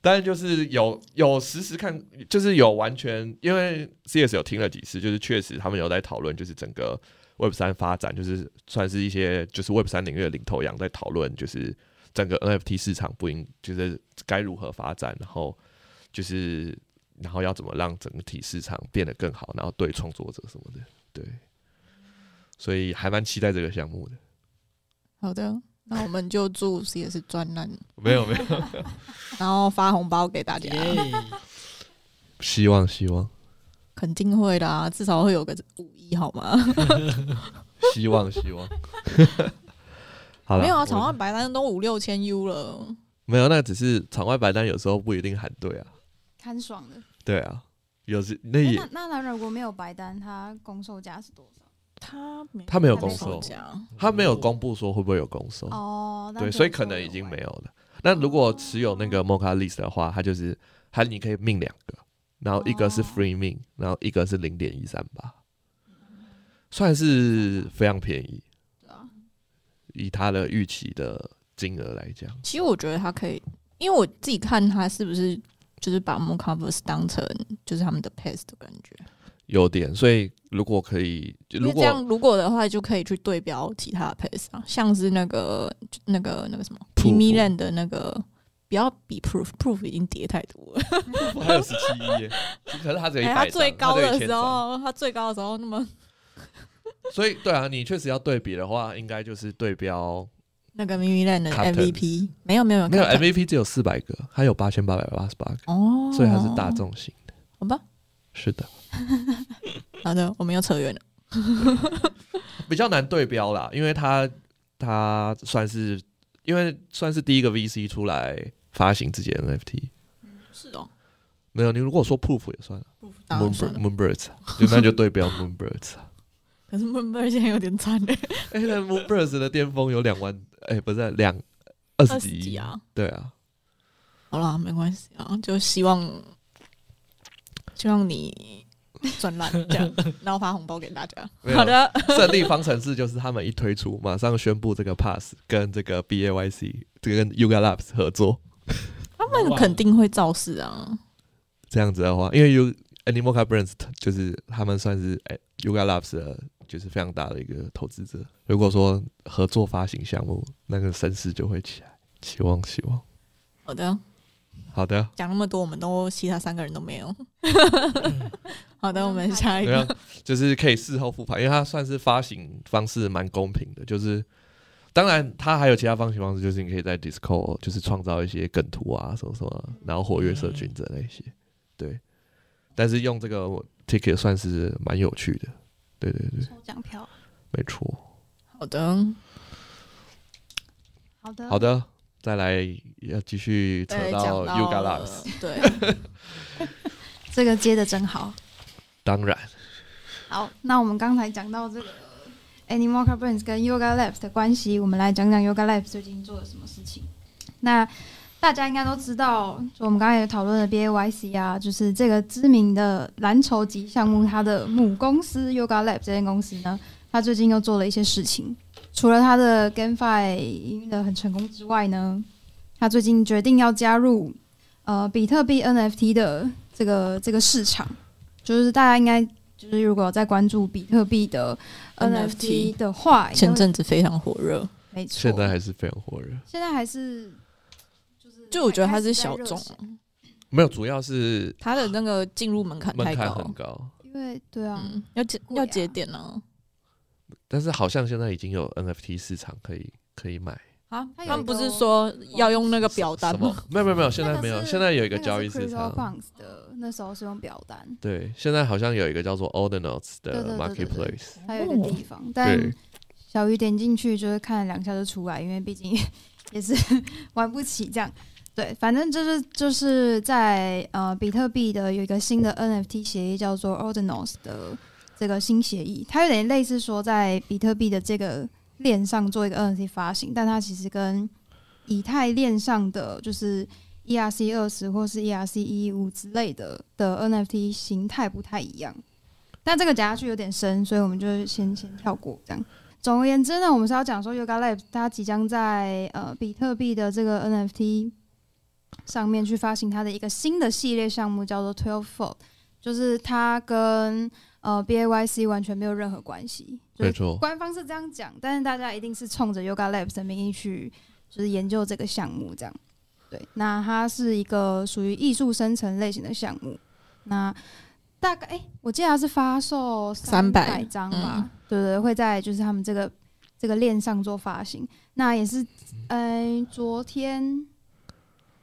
[SPEAKER 2] 当然就是有有实时看，就是有完全，因为 C S 有听了几次，就是确实他们有在讨论，就是整个 Web 三发展，就是算是一些就是 Web 三领域的领头羊在讨论，就是整个 NFT 市场不应就是该如何发展，然后就是然后要怎么让整体市场变得更好，然后对创作者什么的，对，所以还蛮期待这个项目的。
[SPEAKER 5] 好的，那我们就祝 CS 专栏，
[SPEAKER 2] 没有没有，
[SPEAKER 5] 然后发红包给大家，
[SPEAKER 3] 耶！
[SPEAKER 2] 希望希望
[SPEAKER 5] 肯定会的啊，至少会有个五亿好吗？
[SPEAKER 2] 希望 希望。好了，
[SPEAKER 5] 没有啊，
[SPEAKER 2] 我
[SPEAKER 5] 场外白单都五六千 U 了，
[SPEAKER 2] 没有，那只是场外白单，有时候不一定喊对啊。
[SPEAKER 1] 看爽的。
[SPEAKER 2] 对啊，有时那
[SPEAKER 1] 诶
[SPEAKER 2] 也
[SPEAKER 1] 那那那如果没有白单，他公售价是多少？
[SPEAKER 5] 他没
[SPEAKER 2] 他没有哦
[SPEAKER 1] 公
[SPEAKER 2] 售
[SPEAKER 5] 价，
[SPEAKER 2] 他没有公布说会不会有公售，
[SPEAKER 1] 哦，那
[SPEAKER 2] 对，
[SPEAKER 1] 就
[SPEAKER 2] 所以可能已经没有了。那如果持有那个 Mocha List 的话，它就是它你可以命两个，然后一个是
[SPEAKER 1] 哦
[SPEAKER 2] Free 命，然后一个是零点一三八，算是非常便宜，
[SPEAKER 1] 对啊
[SPEAKER 2] 以它的预期的金额来讲。
[SPEAKER 5] 其实我觉得他可以，因为我自己看他是不是就是把 m o c a v e r s 当成就是他们的 past 的感觉，
[SPEAKER 2] 优点，所以如果可以，就
[SPEAKER 5] 因
[SPEAKER 2] 如
[SPEAKER 5] 为这
[SPEAKER 2] 果
[SPEAKER 5] 样如果的话，就可以去对标其他的 pace 啊，像是那个那个那个什么
[SPEAKER 2] Proof
[SPEAKER 5] Kimi Land 的那个，不要比 Proof Proof 已经跌太多了。
[SPEAKER 2] 他有十七 亿，可是他只有一
[SPEAKER 5] 哎，
[SPEAKER 2] 百张，
[SPEAKER 5] 他最高
[SPEAKER 2] 只有
[SPEAKER 5] 的
[SPEAKER 2] 1000
[SPEAKER 5] 时
[SPEAKER 2] 张
[SPEAKER 5] 候，他最高的时候，那么
[SPEAKER 2] 所以对啊，你确实要对比的话，应该就是对标
[SPEAKER 5] 那个 Kimi Land 的
[SPEAKER 2] Captains
[SPEAKER 5] MVP 没有没有
[SPEAKER 2] 没有
[SPEAKER 5] Captain
[SPEAKER 2] MVP 只有四百个，它有八千八百八十八个，
[SPEAKER 5] 哦，
[SPEAKER 2] 所以它是大众型的。
[SPEAKER 5] 好吧？
[SPEAKER 2] 是的，
[SPEAKER 5] 好的，我们又扯远了。
[SPEAKER 2] 比较难对标啦，因为它它算是因为算是第一个 VC 出来发行自己的 NFT。
[SPEAKER 5] 是哦，
[SPEAKER 2] 没有，你如果说 Proof 也算了
[SPEAKER 5] 当然哦算
[SPEAKER 2] ，Moonbird
[SPEAKER 5] 了
[SPEAKER 2] Moonbirds，啊就那就对标 Moonbirds 啊。
[SPEAKER 5] 可是 Moonbird 现在有点惨嘞，
[SPEAKER 2] 哎、那 Moonbirds 的巅峰有两万，哎、不是两二十几亿，
[SPEAKER 5] 啊。
[SPEAKER 2] 对啊，
[SPEAKER 5] 好啦，没关系啊，就希望希望你赚烂这样，然后发红包给大家。
[SPEAKER 2] 没有
[SPEAKER 5] 好的，
[SPEAKER 2] 胜利方程式就是他们一推出，马上宣布这个 Pass 跟这个 BAYC 这个跟 Yuga Labs 合作，
[SPEAKER 5] 他们肯定会造势啊。
[SPEAKER 2] 这样子的话，因为 U Animal c a Brands 就是他们算是哎 Yuga Labs 的就是非常大的一个投资者。如果说合作发行项目，那个声势就会起来，希望希望。
[SPEAKER 5] 好的，
[SPEAKER 2] 好的，
[SPEAKER 5] 讲那么多，我们都其他三个人都没有。
[SPEAKER 1] 嗯
[SPEAKER 5] 好的，我们下一
[SPEAKER 2] 没
[SPEAKER 5] 个
[SPEAKER 2] 有，啊就是可以事后复盘，因为它算是发行方式蛮公平的，就是。当然，它还有其他发行方式，就是你可以在 Discord 就是创造一些梗图啊，什么什么，然后活跃社群这类些，对。但是用这个 ticket 算是蛮有趣的，对对对，
[SPEAKER 1] 抽奖票。
[SPEAKER 2] 没错。
[SPEAKER 5] 好的，
[SPEAKER 1] 好的，
[SPEAKER 2] 好的，再来要继续扯
[SPEAKER 5] 对，
[SPEAKER 2] 到
[SPEAKER 5] 讲
[SPEAKER 2] Yoga Labs，
[SPEAKER 5] 对，
[SPEAKER 1] 这个接的真好。
[SPEAKER 2] 当然
[SPEAKER 1] 好，那我们刚才讲到这个 Animal c a r b r a n s 跟 Yoga Labs 的关系，我们来讲讲 Yoga Labs 最近做了什么事情。那大家应该都知道，就我们刚才也讨论的 BAYC 啊，就是这个知名的蓝筹级项目，它的母公司 Yoga Labs 这间公司呢，它最近又做了一些事情。除了它的 GameFi 营运的很成功之外呢，它最近决定要加入呃比特币 NFT 的这个这个市场，就是大家应该就是如果有在关注比特币的
[SPEAKER 5] NFT
[SPEAKER 1] NFT 的话，
[SPEAKER 5] 前
[SPEAKER 1] 应该会
[SPEAKER 5] 阵子非常火热，
[SPEAKER 1] 没错，
[SPEAKER 2] 现在还是非常火热，
[SPEAKER 1] 现在还是就是
[SPEAKER 5] 就我觉得它
[SPEAKER 1] 还
[SPEAKER 5] 是小众啊
[SPEAKER 1] 还是在热身，
[SPEAKER 2] 没有，主要是
[SPEAKER 5] 它的那个进入门槛
[SPEAKER 2] 门
[SPEAKER 5] 太
[SPEAKER 2] 槛
[SPEAKER 5] 高
[SPEAKER 2] 很，高，
[SPEAKER 1] 因为对啊，
[SPEAKER 5] 嗯，要节
[SPEAKER 1] 贵啊
[SPEAKER 5] 要节点呢
[SPEAKER 2] 但是好像现在已经有 NFT 市场可以可以买，
[SPEAKER 5] 啊，
[SPEAKER 1] 它有一个
[SPEAKER 5] 他们不是说要用那个表单
[SPEAKER 2] 什么
[SPEAKER 5] 吗？？
[SPEAKER 2] 没有没有没有，现
[SPEAKER 1] 那
[SPEAKER 2] 在
[SPEAKER 1] 个
[SPEAKER 2] 没有，
[SPEAKER 1] 是
[SPEAKER 2] 现在有一个
[SPEAKER 1] 那
[SPEAKER 2] 交易
[SPEAKER 1] 是
[SPEAKER 2] 市
[SPEAKER 1] Crypto
[SPEAKER 2] 场，
[SPEAKER 1] Punks 的那时候是用表单，
[SPEAKER 2] 对，现在好像有一个叫做 Ordinals
[SPEAKER 1] 对对对
[SPEAKER 2] 的
[SPEAKER 1] 对对
[SPEAKER 2] Marketplace，
[SPEAKER 1] 还有一
[SPEAKER 5] 哦
[SPEAKER 1] 个地方，但
[SPEAKER 2] 对，
[SPEAKER 1] 小鱼点进去就是看了两下就出来，因为毕竟 也是玩不起这样。对，反正就是就是在呃比特币的有一个新的 NFT 协议叫做 Ordinals 的这个新协议，它有点类似说在比特币的这个链上做一个 NFT 发行，但它其实跟以太链上的就是 ERC E 二十或是 ERC 一五之类的的 NFT 形态不太一样。但这个讲下去有点深，所以我们就先先跳过这样。总而言之呢，我们是要讲说 Yoga Labs 它即将在呃比特币的这个 NFT 上面去发行它的一个新的系列项目，叫做 Twelve Fold，就是它跟呃 BAYC 完全没有任何关系，就
[SPEAKER 2] 没
[SPEAKER 1] 是
[SPEAKER 2] 错，
[SPEAKER 1] 官方是这样讲，但是大家一定是冲着 Yoga Labs 的名义去，就是研究这个项目这样。对，那它是一个属于艺术生成类型的项目。那大概哎、我记得它是发售百
[SPEAKER 5] 300
[SPEAKER 1] 张吧，
[SPEAKER 5] 嗯
[SPEAKER 1] 对对，会在就是他们这个这个链上做发行。那也是，嗯、昨天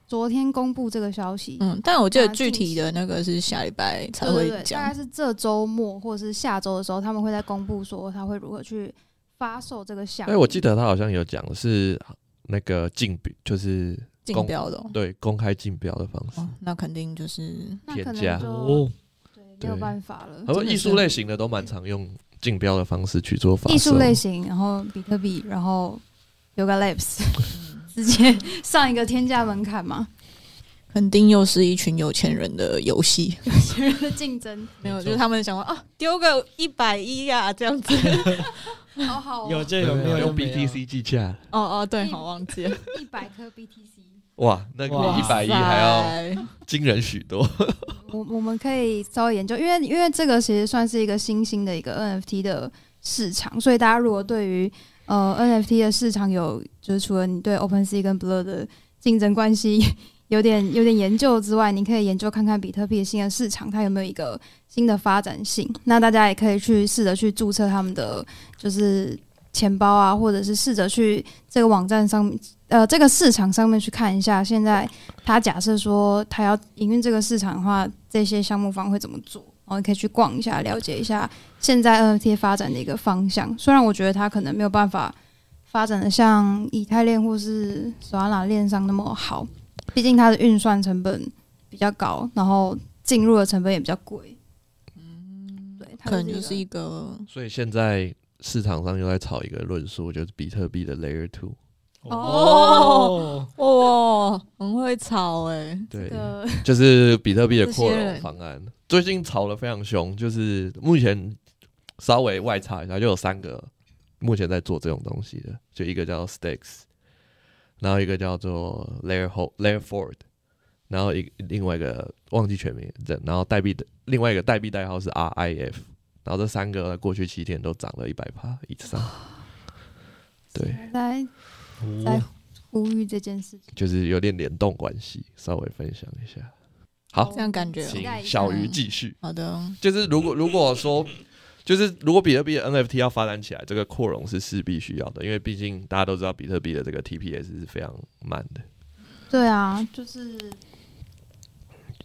[SPEAKER 1] 昨天公布这个消息，
[SPEAKER 5] 嗯，但我记得具体的那个是下礼拜才
[SPEAKER 1] 对对对，
[SPEAKER 5] 会
[SPEAKER 1] 大概
[SPEAKER 5] 讲。
[SPEAKER 1] 是这周末或者是下周的时候，他们会在公布说他会如何去发售这个项目。
[SPEAKER 2] 哎，我记得他好像有讲是那个竞比，就是
[SPEAKER 5] 竞
[SPEAKER 2] 公
[SPEAKER 5] 标的哦
[SPEAKER 2] 对公开竞标的方式
[SPEAKER 5] 哦，，那肯定就是
[SPEAKER 1] 那可能
[SPEAKER 2] 添加
[SPEAKER 1] 就
[SPEAKER 3] 哦，
[SPEAKER 1] 对没有
[SPEAKER 2] 对
[SPEAKER 1] 办法了
[SPEAKER 2] 好。
[SPEAKER 5] 真
[SPEAKER 2] 像
[SPEAKER 5] 的
[SPEAKER 2] 艺
[SPEAKER 5] 是
[SPEAKER 2] 术类型的都蛮常用竞标的方式去做发售，
[SPEAKER 1] 艺术类型，然后比特币，然后 Yoga Labs，直 接上一个天价门槛嘛，
[SPEAKER 5] 肯定又是一群有钱人的游戏，
[SPEAKER 1] 全人的竞争，
[SPEAKER 5] 没有，
[SPEAKER 3] 没错
[SPEAKER 5] 就是他们想说啊，丢个一百一啊这样子。
[SPEAKER 1] 好好、
[SPEAKER 3] 有
[SPEAKER 1] 哦，
[SPEAKER 3] 就有，没有就
[SPEAKER 2] 用
[SPEAKER 3] 没有
[SPEAKER 2] BTC 计价？
[SPEAKER 5] 哦哦，对，好忘记了，
[SPEAKER 1] 一百颗 BTC，
[SPEAKER 2] 哇，那比
[SPEAKER 3] 哇
[SPEAKER 2] 一百亿还要
[SPEAKER 5] 塞
[SPEAKER 2] 惊人许多。
[SPEAKER 1] 我我们可以稍微研究，因为因为这个其实算是一个新兴的一个 NFT 的市场，所以大家如果对于呃 NFT 的市场有，就是除了你对 OpenSea 跟 Blur 的竞争关系 有点有点研究之外，你可以研究看看比特币新的市场它有没有一个新的发展性。那大家也可以去试着去注册他们的就是钱包啊，或者是试着去这个网站上面，呃，这个市场上面去看一下，现在他假设说他要营运这个市场的话，这些项目方会怎么做？然后你可以去逛一下，了解一下现在 NFT 发展的一个方向。虽然我觉得它可能没有办法发展的像以太链或是索拉拉链上那么好，毕竟它的运算成本比较高，然后进入的成本也比较贵。嗯，对，它
[SPEAKER 5] 可能就是
[SPEAKER 1] 一
[SPEAKER 5] 一个
[SPEAKER 2] 所以现在市场上又在炒一个论述，就是比特币的 Layer Two。
[SPEAKER 5] 哦，哇，很会炒哎、
[SPEAKER 2] 对，
[SPEAKER 1] 个
[SPEAKER 2] 就是比特币的扩
[SPEAKER 5] 这些
[SPEAKER 2] 容
[SPEAKER 5] 人
[SPEAKER 2] 方案，最近炒得非常凶。就是目前稍微外插一下，就有三个目前在做这种东西的，就一个叫 Stakes，然后一个叫做 Layer Ho Layer Ford，然后一另外一个忘记全名，这然后代币的另外一个代币代号是 RIF，然后这三个过去七天都涨了一百趴以上。
[SPEAKER 1] 哦
[SPEAKER 2] 对，
[SPEAKER 1] 在在呼吁这件事情。
[SPEAKER 2] 就是有点联动关系，稍微分享一下。好
[SPEAKER 5] 这样感觉
[SPEAKER 1] 期待
[SPEAKER 5] 哦。
[SPEAKER 2] 请
[SPEAKER 1] 一下
[SPEAKER 2] 小鱼继续。
[SPEAKER 5] 好的，
[SPEAKER 2] 就是如果如果说，就是如果比特币的 NFT 要发展起来，这个扩容是势必需要的，因为毕竟大家都知道比特币的这个 TPS 是非常慢的。
[SPEAKER 1] 对啊，就是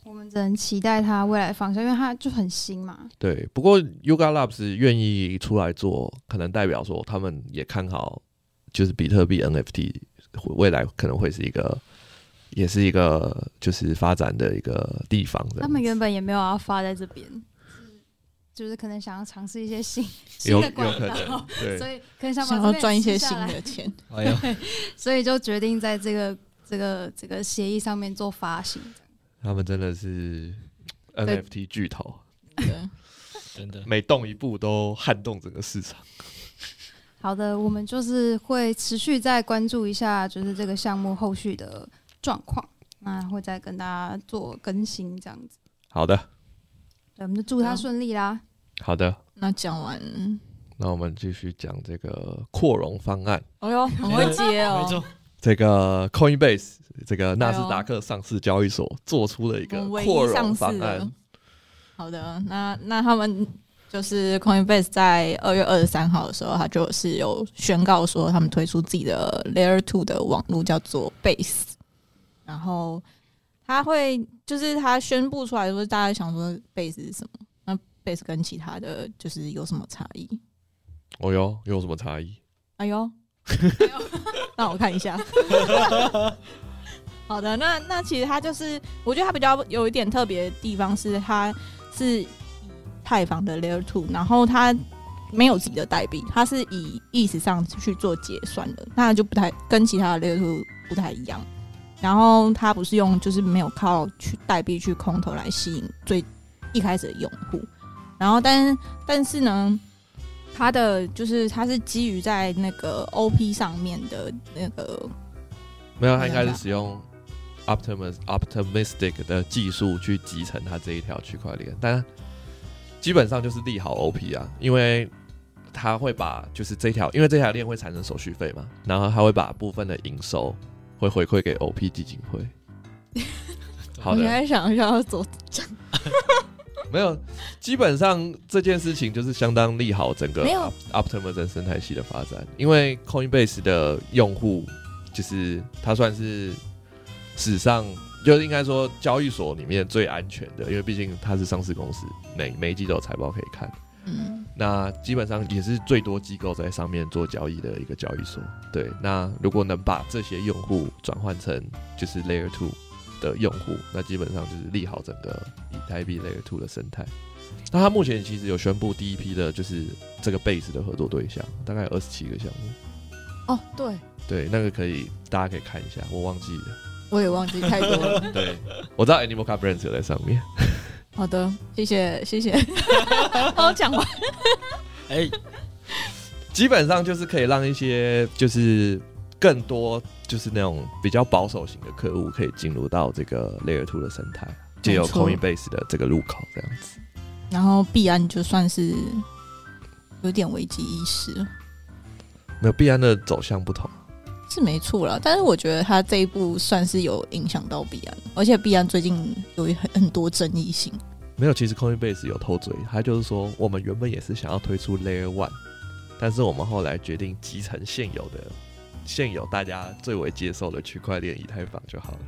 [SPEAKER 1] 我们只能期待它未来方向，因为它就很新嘛。
[SPEAKER 2] 对，不过 Yuga Labs 愿意出来做，可能代表说他们也看好，就是比特币 NFT 会未来可能会是一个，也是一个就是发展的一个地方的。
[SPEAKER 1] 他们原本也没有要发在这边，是就是可能想要尝试一些新新
[SPEAKER 2] 有
[SPEAKER 1] 的
[SPEAKER 2] 有
[SPEAKER 1] 管
[SPEAKER 2] 可
[SPEAKER 1] 道
[SPEAKER 2] 能，对
[SPEAKER 1] 所以可能想把
[SPEAKER 5] 想
[SPEAKER 1] 这
[SPEAKER 5] 要
[SPEAKER 1] 边
[SPEAKER 5] 赚一些
[SPEAKER 1] 吃下
[SPEAKER 5] 新
[SPEAKER 1] 来
[SPEAKER 5] 的钱，
[SPEAKER 3] 哎呦，
[SPEAKER 1] 所以就决定在这个这个这个协议上面做发行。
[SPEAKER 2] 他们真的是 NFT 巨头，
[SPEAKER 5] 对，
[SPEAKER 3] 真的
[SPEAKER 2] 每动一步都撼动整个市场。
[SPEAKER 1] 好的，我们就是会持续再关注一下，就是这个项目后续的状况，那会再跟大家做更新这样子。
[SPEAKER 2] 好的，
[SPEAKER 1] 对，我们就祝他顺利啦。
[SPEAKER 2] 好的。
[SPEAKER 5] 那讲完，
[SPEAKER 2] 那我们继续讲这个扩容方案，
[SPEAKER 5] 哎呦，很会接
[SPEAKER 3] 没
[SPEAKER 5] 哦，
[SPEAKER 3] 错，
[SPEAKER 2] 这个 Coinbase 这个纳斯达克上市交易所做出了一
[SPEAKER 5] 哎我
[SPEAKER 2] 个
[SPEAKER 5] 们唯
[SPEAKER 2] 扩
[SPEAKER 5] 一
[SPEAKER 2] 容
[SPEAKER 5] 上市
[SPEAKER 2] 方
[SPEAKER 5] 的
[SPEAKER 2] 案，。
[SPEAKER 5] 好的，那那他们就是 Coinbase 在二月二十三号的时候，他就是有宣告说他们推出自己的 Layer Two 的网络叫做 Base，然后他会就是他宣布出来说，大家想说 Base 是什么？那 Base 跟其他的就是有什么差异？
[SPEAKER 2] 哦哟，有什么差异？
[SPEAKER 5] 哎呦， 让我看一下。 好的，那那其实它就是，我觉得它比较有一点特别的地方是，它是以泰坊的 Layer Two，然后它没有自己的代币，它是以意识上去做结算的，那就不太跟其他的 Layer Two 不太一样。然后它不是用，就是没有靠去代币去空投来吸引最一开始的用户，然后但但是呢，它的就是它是基于在那个 OP 上面的那个，
[SPEAKER 2] 没有，它应该是使 用 Optimus Optimistic 的技术去集成它这一条区块链，但基本上就是利好 OP 啊，因为它会把就是这条，因为这条链会产生手续费嘛，然后它会把部分的营收会回馈给 OP 基金 会。好的，
[SPEAKER 5] 想一下要走，
[SPEAKER 2] 没有，基本上这件事情就是相当利好整个
[SPEAKER 5] 没有
[SPEAKER 2] Op- Optimism 生态系的发展，因为 Coinbase 的用户就是它算是史上就是应该说交易所里面最安全的，因为毕竟它是上市公司，每每一季都有财报可以看。
[SPEAKER 5] 嗯，
[SPEAKER 2] 那基本上也是最多机构在上面做交易的一个交易所。对，那如果能把这些用户转换成就是 Layer Two 的用户，那基本上就是利好整个以太币 Layer Two 的生态。那他目前其实有宣布第一批的，就是这个 Base 的合作对象，大概有二十七个项目。
[SPEAKER 5] 哦，对，
[SPEAKER 2] 对，那个可以大家可以看一下，我忘记了。
[SPEAKER 5] 我也忘记太多了。
[SPEAKER 2] 对， 我知道 Animal c a Brands 有在上面。
[SPEAKER 5] 好的，谢谢谢谢， 好讲完。
[SPEAKER 3] 哎，
[SPEAKER 2] 基本上就是可以让一些就是更多就是那种比较保守型的客户可以进入到这个 Layer Two 的生态。借由
[SPEAKER 5] 没错
[SPEAKER 2] Coinbase 的这个入口这样子。
[SPEAKER 5] 然后币安就算是有点危机意识了，
[SPEAKER 2] 没有币安的走向不同，
[SPEAKER 5] 是没错啦。但是我觉得他这一步算是有影响到币安，而且币安最近有很很多争议性。
[SPEAKER 2] 没有。其实 Coinbase 有偷嘴，它就是说我们原本也是想要推出 Layer One，但是我们后来决定集成现有的、现有大家最为接受的区块链以太坊就好了。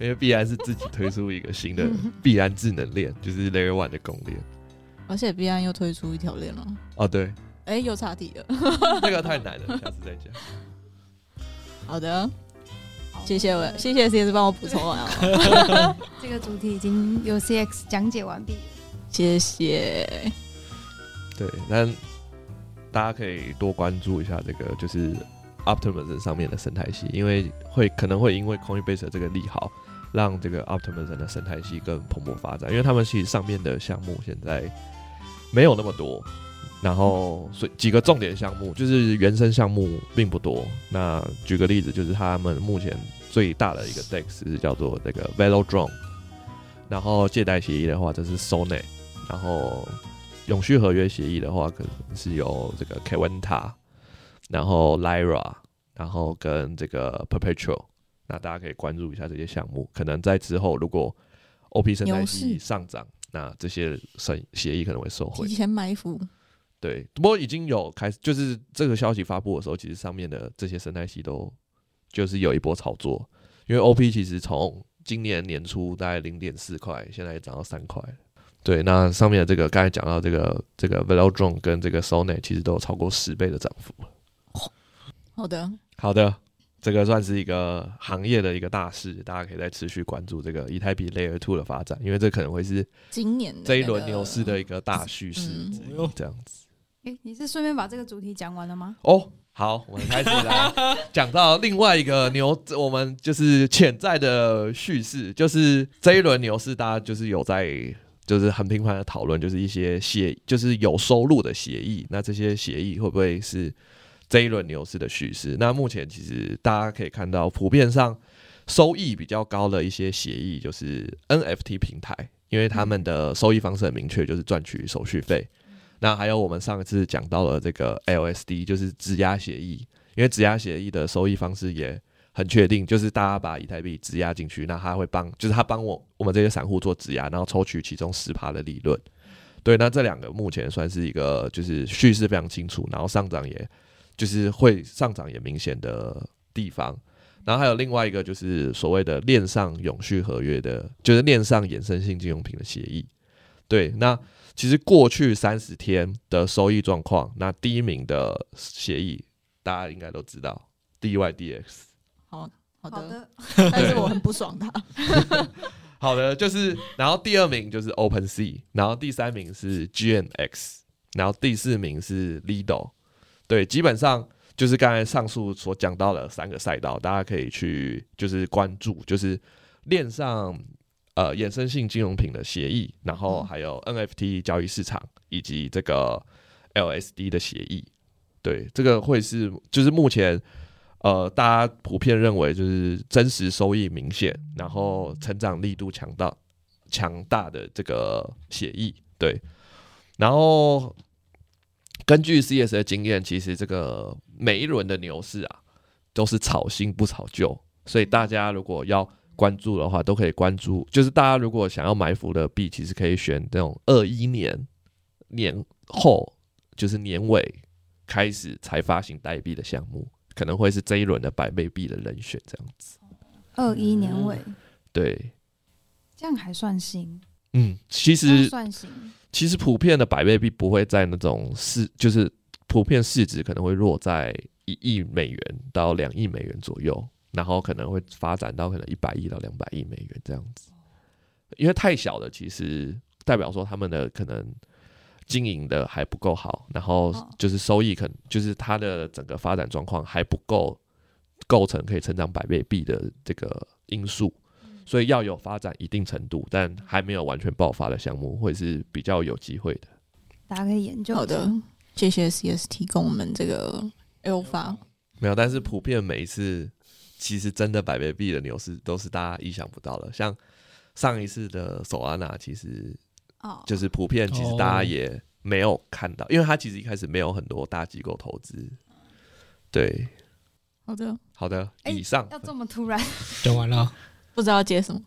[SPEAKER 2] 因为币安是自己推出一个新的币安智能链，就是 Layer One 的公链。
[SPEAKER 5] 而且币安又推出一条链了，
[SPEAKER 2] 哦，对，
[SPEAKER 5] 哎、又岔题了。
[SPEAKER 2] 那个太难了，下次再讲。
[SPEAKER 5] 好的，谢谢我，谢谢 CS 帮我补充完 啊，
[SPEAKER 1] 这个主题已经有 CX 讲解完毕了。
[SPEAKER 5] 谢谢。
[SPEAKER 2] 对，但大家可以多关注一下这个就是 Optimism 上面的生态系，因为会可能会因为 Coinbase 的这个利好，让这个 Optimism 的生态系更蓬勃发展，因为他们其实上面的项目现在没有那么多。然
[SPEAKER 5] 嗯
[SPEAKER 2] 后，所以几个重点项目就是原生项目并不多。那举个例子，就是他们目前最大的一个 DEX 是叫做这个 Velodrome，然后借贷协议的话，这是 Sonet，然后永续合约协议的话，可能是由这个 Kwenta，然后 Lyra，然后跟这个 Perpetual，那大家可以关注一下这些项目。可能在之后如果 OP 生态
[SPEAKER 5] 牛
[SPEAKER 2] 系
[SPEAKER 5] 市
[SPEAKER 2] 上涨，那这些生协议可能会受惠
[SPEAKER 5] 提。前埋伏，
[SPEAKER 2] 对，不过已经有开始，就是这个消息发布的时候，其实上面的这些生态系都就是有一波炒作，因为 OP 其实从今年年初大概零点四块，现在涨到三块了。对，那上面的这个刚才讲到这个这个 Velodrome 跟这个 Sonet 其实都有超过十倍的涨幅。
[SPEAKER 5] 好的，
[SPEAKER 2] 好的，这个算是一个行业的一个大事，大家可以再持续关注这个以太币 Layer Two 的发展，因为这可能会是
[SPEAKER 5] 今年的
[SPEAKER 2] 这一轮
[SPEAKER 5] 那个
[SPEAKER 2] 牛市的一个大叙事
[SPEAKER 5] 嗯
[SPEAKER 2] 之一
[SPEAKER 3] 哎呦
[SPEAKER 2] 这样子。
[SPEAKER 1] 哎、你是顺便把这个主题讲完了吗？
[SPEAKER 2] 哦，好，我们开始来讲到另外一个牛，我们就是潜在的叙事，就是这一轮牛市，大家就是有在。就是很频繁的讨论，就是一些协，就是有收入的协议。那这些协议会不会是这一轮牛市的叙事？那目前其实大家可以看到，普遍上收益比较高的一些协议，就是 NFT 平台，因为他们的收益方式很明确，就是赚取手续费。那还有我们上一次讲到了这个 LSD，就是质押协议，因为质押协议的收益方式也很确定，就是大家把以太币质押进去，那他会帮，就是他帮我我们这些散户做质押，然后抽取其中十趴的利润。对，那这两个目前算是一个就是叙事非常清楚，然后上涨也就是会上涨也明显的地方。然后还有另外一个就是所谓的链上永续合约的，就是链上衍生性金融品的协议。对，那其实过去三十天的收益状况，那第一名的协议大家应该都知道，DYDX。
[SPEAKER 5] 好
[SPEAKER 1] 好
[SPEAKER 5] 的，
[SPEAKER 1] 的，
[SPEAKER 5] 但是我很不爽他。
[SPEAKER 2] 好的，就是然后第二名就是 OpenSea，然后第三名是 GNX，然后第四名是 Lido。对，基本上就是刚才上述所讲到的三个赛道，大家可以去就是关注，就是链上呃衍生性金融品的协议，然后还有 NFT 交易市场以及这个 LSD 的协议。对，这个会是就是目前呃，大家普遍认为就是真实收益明显，然后成长力度强大、强大的这个协议，对。然后根据 CS 的经验，其实这个每一轮的牛市啊，都是炒新不炒旧，所以大家如果要关注的话，都可以关注。就是大家如果想要埋伏的币，其实可以选这种二一年年后，就是年尾开始才发行代币的项目，可能会是这一轮的百倍币的人选这样子。
[SPEAKER 1] 二一年尾，
[SPEAKER 2] 对，
[SPEAKER 1] 这样还算新，
[SPEAKER 2] 嗯，其
[SPEAKER 1] 这样
[SPEAKER 2] 实
[SPEAKER 1] 算新。
[SPEAKER 2] 其实普遍的百倍币不会在那种市，就是普遍市值可能会落在一亿美元到两亿美元左右，然后可能会发展到可能一百亿到两百亿美元这样子。因为太小的，其实代表说他们的可能经营的还不够好，然后
[SPEAKER 1] 哦
[SPEAKER 2] 就是收益可能就是它的整个发展状况还不够构成可以成长百倍币的这个因素。所以要有发展一定程度，但还没有完全爆发的项目，会是比较有机会的。
[SPEAKER 1] 大家可以研究一下。
[SPEAKER 5] 好的，谢谢 CS 提供我们这个 alpha。
[SPEAKER 2] 没有，但是普遍每一次其实真的百倍币的牛市都是大家意想不到的，像上一次的手安娜其实
[SPEAKER 1] 哦，
[SPEAKER 2] 就是普遍，其实大家
[SPEAKER 3] 哦
[SPEAKER 2] 也没有看到，因为它其实一开始没有很多大机构投资。对，
[SPEAKER 5] 好的，
[SPEAKER 2] 好的，
[SPEAKER 1] 哎
[SPEAKER 2] 以上
[SPEAKER 1] 要这么突然，
[SPEAKER 3] 讲完了，
[SPEAKER 5] 不知道接什么，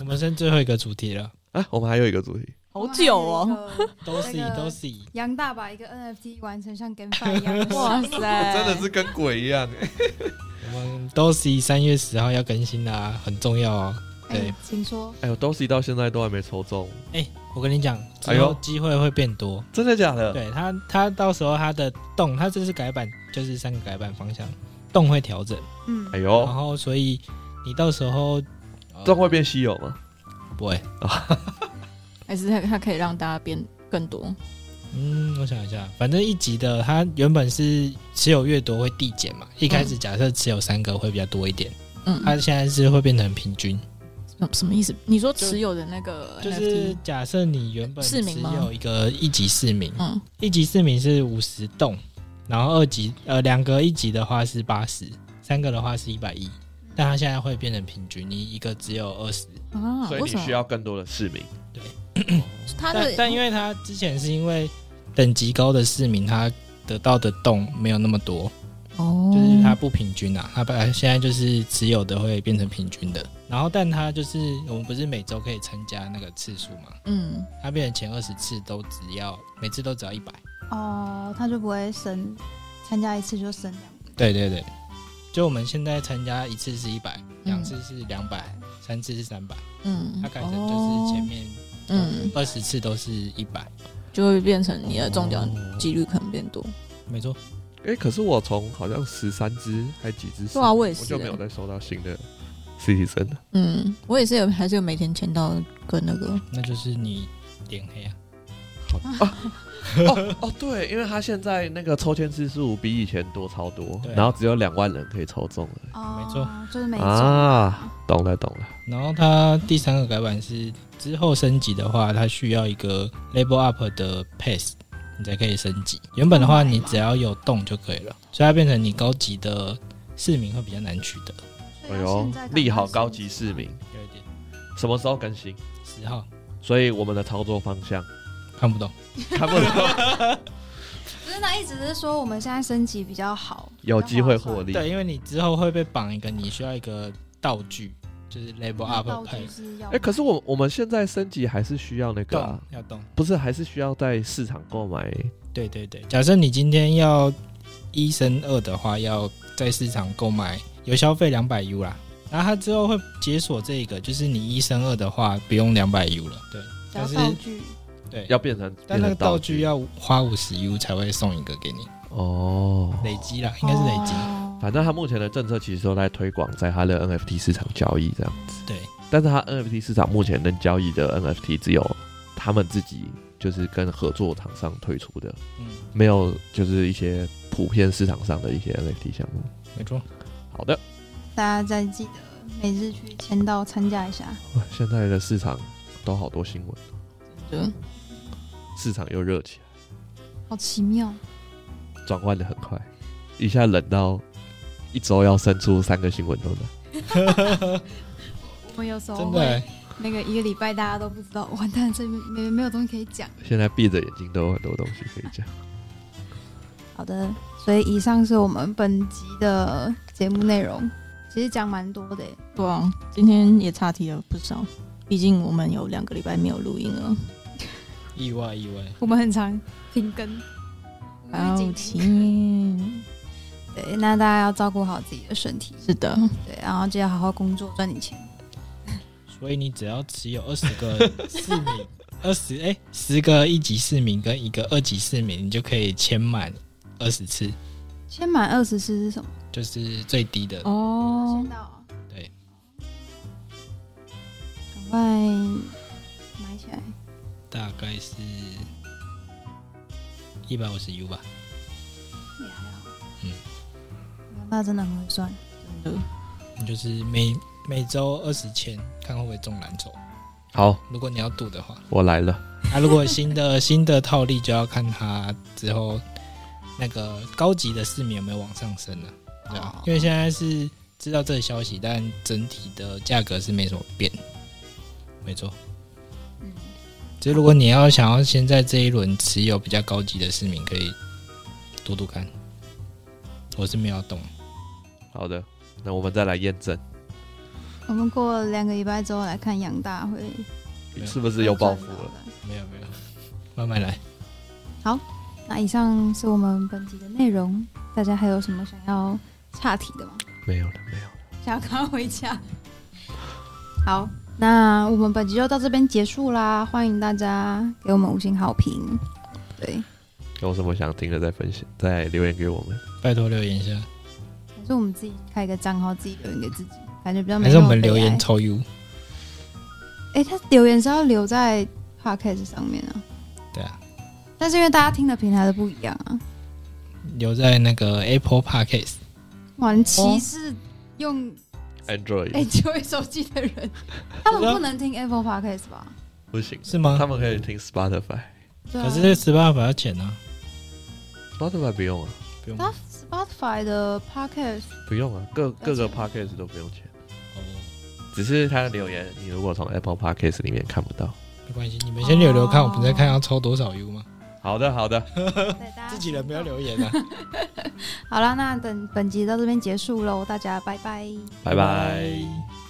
[SPEAKER 3] 我们剩最后一个主题了，
[SPEAKER 2] 啊，我们还有一个主题，
[SPEAKER 5] 好久哦，。
[SPEAKER 3] 都是
[SPEAKER 1] 那个
[SPEAKER 3] 都是
[SPEAKER 1] 杨大把一个 NFT 完成像 GameFi 一样 的事，
[SPEAKER 5] 哇塞，
[SPEAKER 2] 真的是跟鬼一样。
[SPEAKER 3] 我们都是三月十号要更新的、啊，很重要哦。
[SPEAKER 1] 哎
[SPEAKER 3] 对
[SPEAKER 1] 请说，
[SPEAKER 2] 哎呦，Dosi 到现在都还没抽中，
[SPEAKER 3] 我跟你讲，
[SPEAKER 2] 哎
[SPEAKER 3] 之
[SPEAKER 2] 呦
[SPEAKER 3] 后机会会变多。
[SPEAKER 2] 真的假的？
[SPEAKER 3] 对它，它到时候它的动，它这次改版就是三个改版方向，动会调整，
[SPEAKER 1] 嗯
[SPEAKER 2] 哎，
[SPEAKER 3] 然
[SPEAKER 2] 呦，
[SPEAKER 3] 后所以你到时候呃
[SPEAKER 2] 这会变稀有吗？
[SPEAKER 3] 不会？
[SPEAKER 5] 还是它它可以让大家变更多，
[SPEAKER 3] 嗯，我想一下，反正一集的它原本是持有越多会递减嘛，一开始假设持有三个会比较多一点，
[SPEAKER 5] 嗯，
[SPEAKER 3] 它现在是会变成平均，
[SPEAKER 5] 什什么意思？你说持有的那个
[SPEAKER 3] 就是
[SPEAKER 5] NFT，
[SPEAKER 3] 假设你原本
[SPEAKER 5] 市
[SPEAKER 3] 持
[SPEAKER 5] 民吗
[SPEAKER 3] 有一个一级市民，
[SPEAKER 5] 嗯，
[SPEAKER 3] 一级市民是五十栋，然后二级呃两个一级的话是八十，三个的话是一百一，但它现在会变成平均，你一个只有二十。
[SPEAKER 5] 啊，
[SPEAKER 2] 所以
[SPEAKER 5] 为
[SPEAKER 2] 你
[SPEAKER 5] 什么
[SPEAKER 2] 需要更多的市民。
[SPEAKER 5] 它
[SPEAKER 3] 但
[SPEAKER 5] 的，
[SPEAKER 3] 但因为它之前是因为等级高的市民，他得到的洞没有那么多，
[SPEAKER 5] 哦，
[SPEAKER 3] 就是它不平均啊。它本来现在就是持有的会变成平均的，然后但它就是我们不是每周可以参加那个次数嘛？
[SPEAKER 5] 嗯，
[SPEAKER 3] 它变成前二十次都只要每次都只要一百。
[SPEAKER 1] 哦，他就不会升，参加一次就升两个，
[SPEAKER 3] 对对对，就我们现在参加一次是一百，两
[SPEAKER 5] 嗯
[SPEAKER 3] 次是两百，三次是三百，
[SPEAKER 5] 嗯，
[SPEAKER 3] 它改成就是前面
[SPEAKER 5] 哦嗯，
[SPEAKER 3] 二十次都是一百，
[SPEAKER 5] 就会变成你的中奖
[SPEAKER 2] 哦
[SPEAKER 5] 几率可能变多。
[SPEAKER 3] 没错。
[SPEAKER 2] 哎，可是我从好像十三只还几只，
[SPEAKER 5] 对啊我也是
[SPEAKER 2] 我就没有再收到新的 Citizen 了。
[SPEAKER 5] 嗯，我也是有，还是有每天签到跟那个，
[SPEAKER 3] 那就是你脸黑啊，
[SPEAKER 2] 哦，对，因为他现在那个抽签次数比以前多超多
[SPEAKER 3] 对，啊
[SPEAKER 2] 然后只有两万人可以抽中了。
[SPEAKER 1] 哦，
[SPEAKER 3] 没错，
[SPEAKER 1] 就是每种，
[SPEAKER 2] 啊，懂了懂了。
[SPEAKER 3] 然后它第三个改版是之后升级的话，它需要一个 level up 的 pass，你才可以升级。原本的话，
[SPEAKER 1] 哦买吗
[SPEAKER 3] 你只要有动就可以了，所以它变成你高级的市民会比较难取得，
[SPEAKER 2] 哎
[SPEAKER 5] 啊
[SPEAKER 2] 呦，利好高级市民，
[SPEAKER 3] 有一点
[SPEAKER 2] 什么时候更新？
[SPEAKER 3] 十号
[SPEAKER 2] 所以我们的操作方 向
[SPEAKER 3] 看不懂。
[SPEAKER 2] 看不懂，
[SPEAKER 1] 不是那一直是说我们现在升级比较好，
[SPEAKER 2] 有机会获
[SPEAKER 1] 利。
[SPEAKER 2] 利。
[SPEAKER 5] 啊
[SPEAKER 3] 对，因为你之后会被绑一个，你需要一个道具，就是 level up
[SPEAKER 1] 嗯道具
[SPEAKER 3] pass，
[SPEAKER 1] 是要
[SPEAKER 2] 哎、可是我我们现在升级还是需要那个、
[SPEAKER 3] 动
[SPEAKER 2] 啊，
[SPEAKER 3] 要动。
[SPEAKER 2] 不是还是需要在市场购买
[SPEAKER 3] 对对对，假设你今天要一升二的话，要在市场购买有消费两百 U 啦。然后它之后会解锁这个，就是你一升二的话不用两百 U 了。对
[SPEAKER 1] 比较
[SPEAKER 3] 但是
[SPEAKER 1] 道具，
[SPEAKER 3] 对，
[SPEAKER 2] 要变成
[SPEAKER 3] 但那个
[SPEAKER 2] 变成道
[SPEAKER 3] 道具要花五十 U 才会送一个给你，
[SPEAKER 2] 哦。
[SPEAKER 3] 累积啦，应该是累积。
[SPEAKER 1] 哦
[SPEAKER 2] 反正他目前的政策其实都在推广在他的 NFT 市场交易这样，
[SPEAKER 3] 对，
[SPEAKER 2] 但是他 NFT 市场目前能交易的 NFT 只有他们自己就是跟合作厂商推出的，
[SPEAKER 3] 嗯，
[SPEAKER 2] 没有就是一些普遍市场上的一些 NFT 项目。
[SPEAKER 3] 没 错。
[SPEAKER 2] 好的，
[SPEAKER 1] 大家再记得每日去签到参加一下。
[SPEAKER 2] 哇现在的市场都好多新闻，
[SPEAKER 5] 嗯，
[SPEAKER 2] 市场又热起
[SPEAKER 1] 好奇妙，
[SPEAKER 2] 来，转换的很快，一下冷到一周要生出三个新闻都难。
[SPEAKER 1] 我们有时候
[SPEAKER 3] 真
[SPEAKER 1] 会
[SPEAKER 3] 的欸，
[SPEAKER 1] 那个一个礼拜大家都不知道，完蛋，这没没有东西可以讲。
[SPEAKER 2] 现在闭着眼睛都有很多东西可以讲。
[SPEAKER 1] 好的，所以以上是我们本集的节目内容，其实讲蛮多的耶。
[SPEAKER 5] 对啊，今天也岔题了不少，毕竟我们有两个礼拜没有录音了，
[SPEAKER 3] 意外意外。
[SPEAKER 1] 我们很常停更，无
[SPEAKER 5] 好
[SPEAKER 1] 预警
[SPEAKER 5] 奇
[SPEAKER 1] 停。对，那大家要照顾好自己的身体，
[SPEAKER 5] 是的，
[SPEAKER 1] 对，啊然后记得好好工作，赚点钱。
[SPEAKER 3] 所以你只要持有二十个市民， 二十哎十个一级市民跟一个二级市民，你就可以签满二十次，
[SPEAKER 1] 签满二十次是什么？
[SPEAKER 3] 就是最低的。
[SPEAKER 5] 哦
[SPEAKER 1] 签，到啊，
[SPEAKER 3] 对，
[SPEAKER 1] 赶快买起来。
[SPEAKER 3] 大概是一百五十 U 吧。
[SPEAKER 1] 也还好，
[SPEAKER 3] 嗯
[SPEAKER 1] 我爸真的很会算。
[SPEAKER 3] 你就是每每周二十千，看会不会中蓝筹。
[SPEAKER 2] 好，
[SPEAKER 3] 如果你要赌的话，
[SPEAKER 2] 我来了，
[SPEAKER 3] 啊，如果新的新的套利就要看它之后那个高级的市民有没有往上升了、对啊，
[SPEAKER 1] 哦
[SPEAKER 3] 因为现在是知道这个消息，但整体的价格是没什么变。没错。
[SPEAKER 5] 嗯
[SPEAKER 3] 所以如果你要想要先在这一轮持有比较高级的市民，可以读读看。我是没有懂，
[SPEAKER 2] 好的，那我们再来验证
[SPEAKER 1] 我们过了两个礼拜之后来看杨大会
[SPEAKER 3] 没有
[SPEAKER 2] 是不是有报复了。。
[SPEAKER 3] 没有没有，慢慢来。
[SPEAKER 1] 那以上是我们本集的内容，大家还有什么想要岔题的吗？
[SPEAKER 2] 没有了，没有了。
[SPEAKER 1] 想要赶快回家。好，那我们本集就到这边结束啦，欢迎大家给我们五星好评。对，
[SPEAKER 2] 有什么想听的再分享，再留言给我们。
[SPEAKER 3] 拜托留言一下，
[SPEAKER 1] 还是我们自己开一个账号，自己留言给自己，感觉比较没
[SPEAKER 3] 还
[SPEAKER 1] 那
[SPEAKER 3] 是我
[SPEAKER 1] 么
[SPEAKER 3] 们
[SPEAKER 1] 悲
[SPEAKER 3] 留
[SPEAKER 1] 哀
[SPEAKER 3] 言。抽 U？
[SPEAKER 1] 哎、他留言是要留在 podcast 上面啊，
[SPEAKER 3] 对啊，
[SPEAKER 1] 但是因为大家听的平台都不一样啊。
[SPEAKER 3] 留在那个 Apple Podcast。
[SPEAKER 1] 哇，你歧视用
[SPEAKER 3] 嗯
[SPEAKER 2] Android、
[SPEAKER 1] 哎九位手机的 人，他们不能听 Apple podcast 吧？
[SPEAKER 2] 不行，
[SPEAKER 3] 是吗
[SPEAKER 2] 他们可以听 Spotify。
[SPEAKER 1] 对啊
[SPEAKER 3] 可是十八法要钱啊，
[SPEAKER 2] Spotify 不用啊，
[SPEAKER 3] 不用
[SPEAKER 1] 他
[SPEAKER 3] 哦。
[SPEAKER 1] Spotify 的 podcast
[SPEAKER 2] 不用啊，各各个
[SPEAKER 1] 要钱
[SPEAKER 2] podcast 都不用钱，只是他的留言，你如果从 Apple podcast 里面看不到。
[SPEAKER 3] 没关系，你们先留留
[SPEAKER 1] 哦
[SPEAKER 3] 看，我们再看要抽多少 U 嘛。
[SPEAKER 2] 好的， 好的，
[SPEAKER 1] 对大家
[SPEAKER 3] 自己人不要留言啊。
[SPEAKER 1] 好了，那等本集到这边结束喽，大家拜拜。
[SPEAKER 2] 拜拜。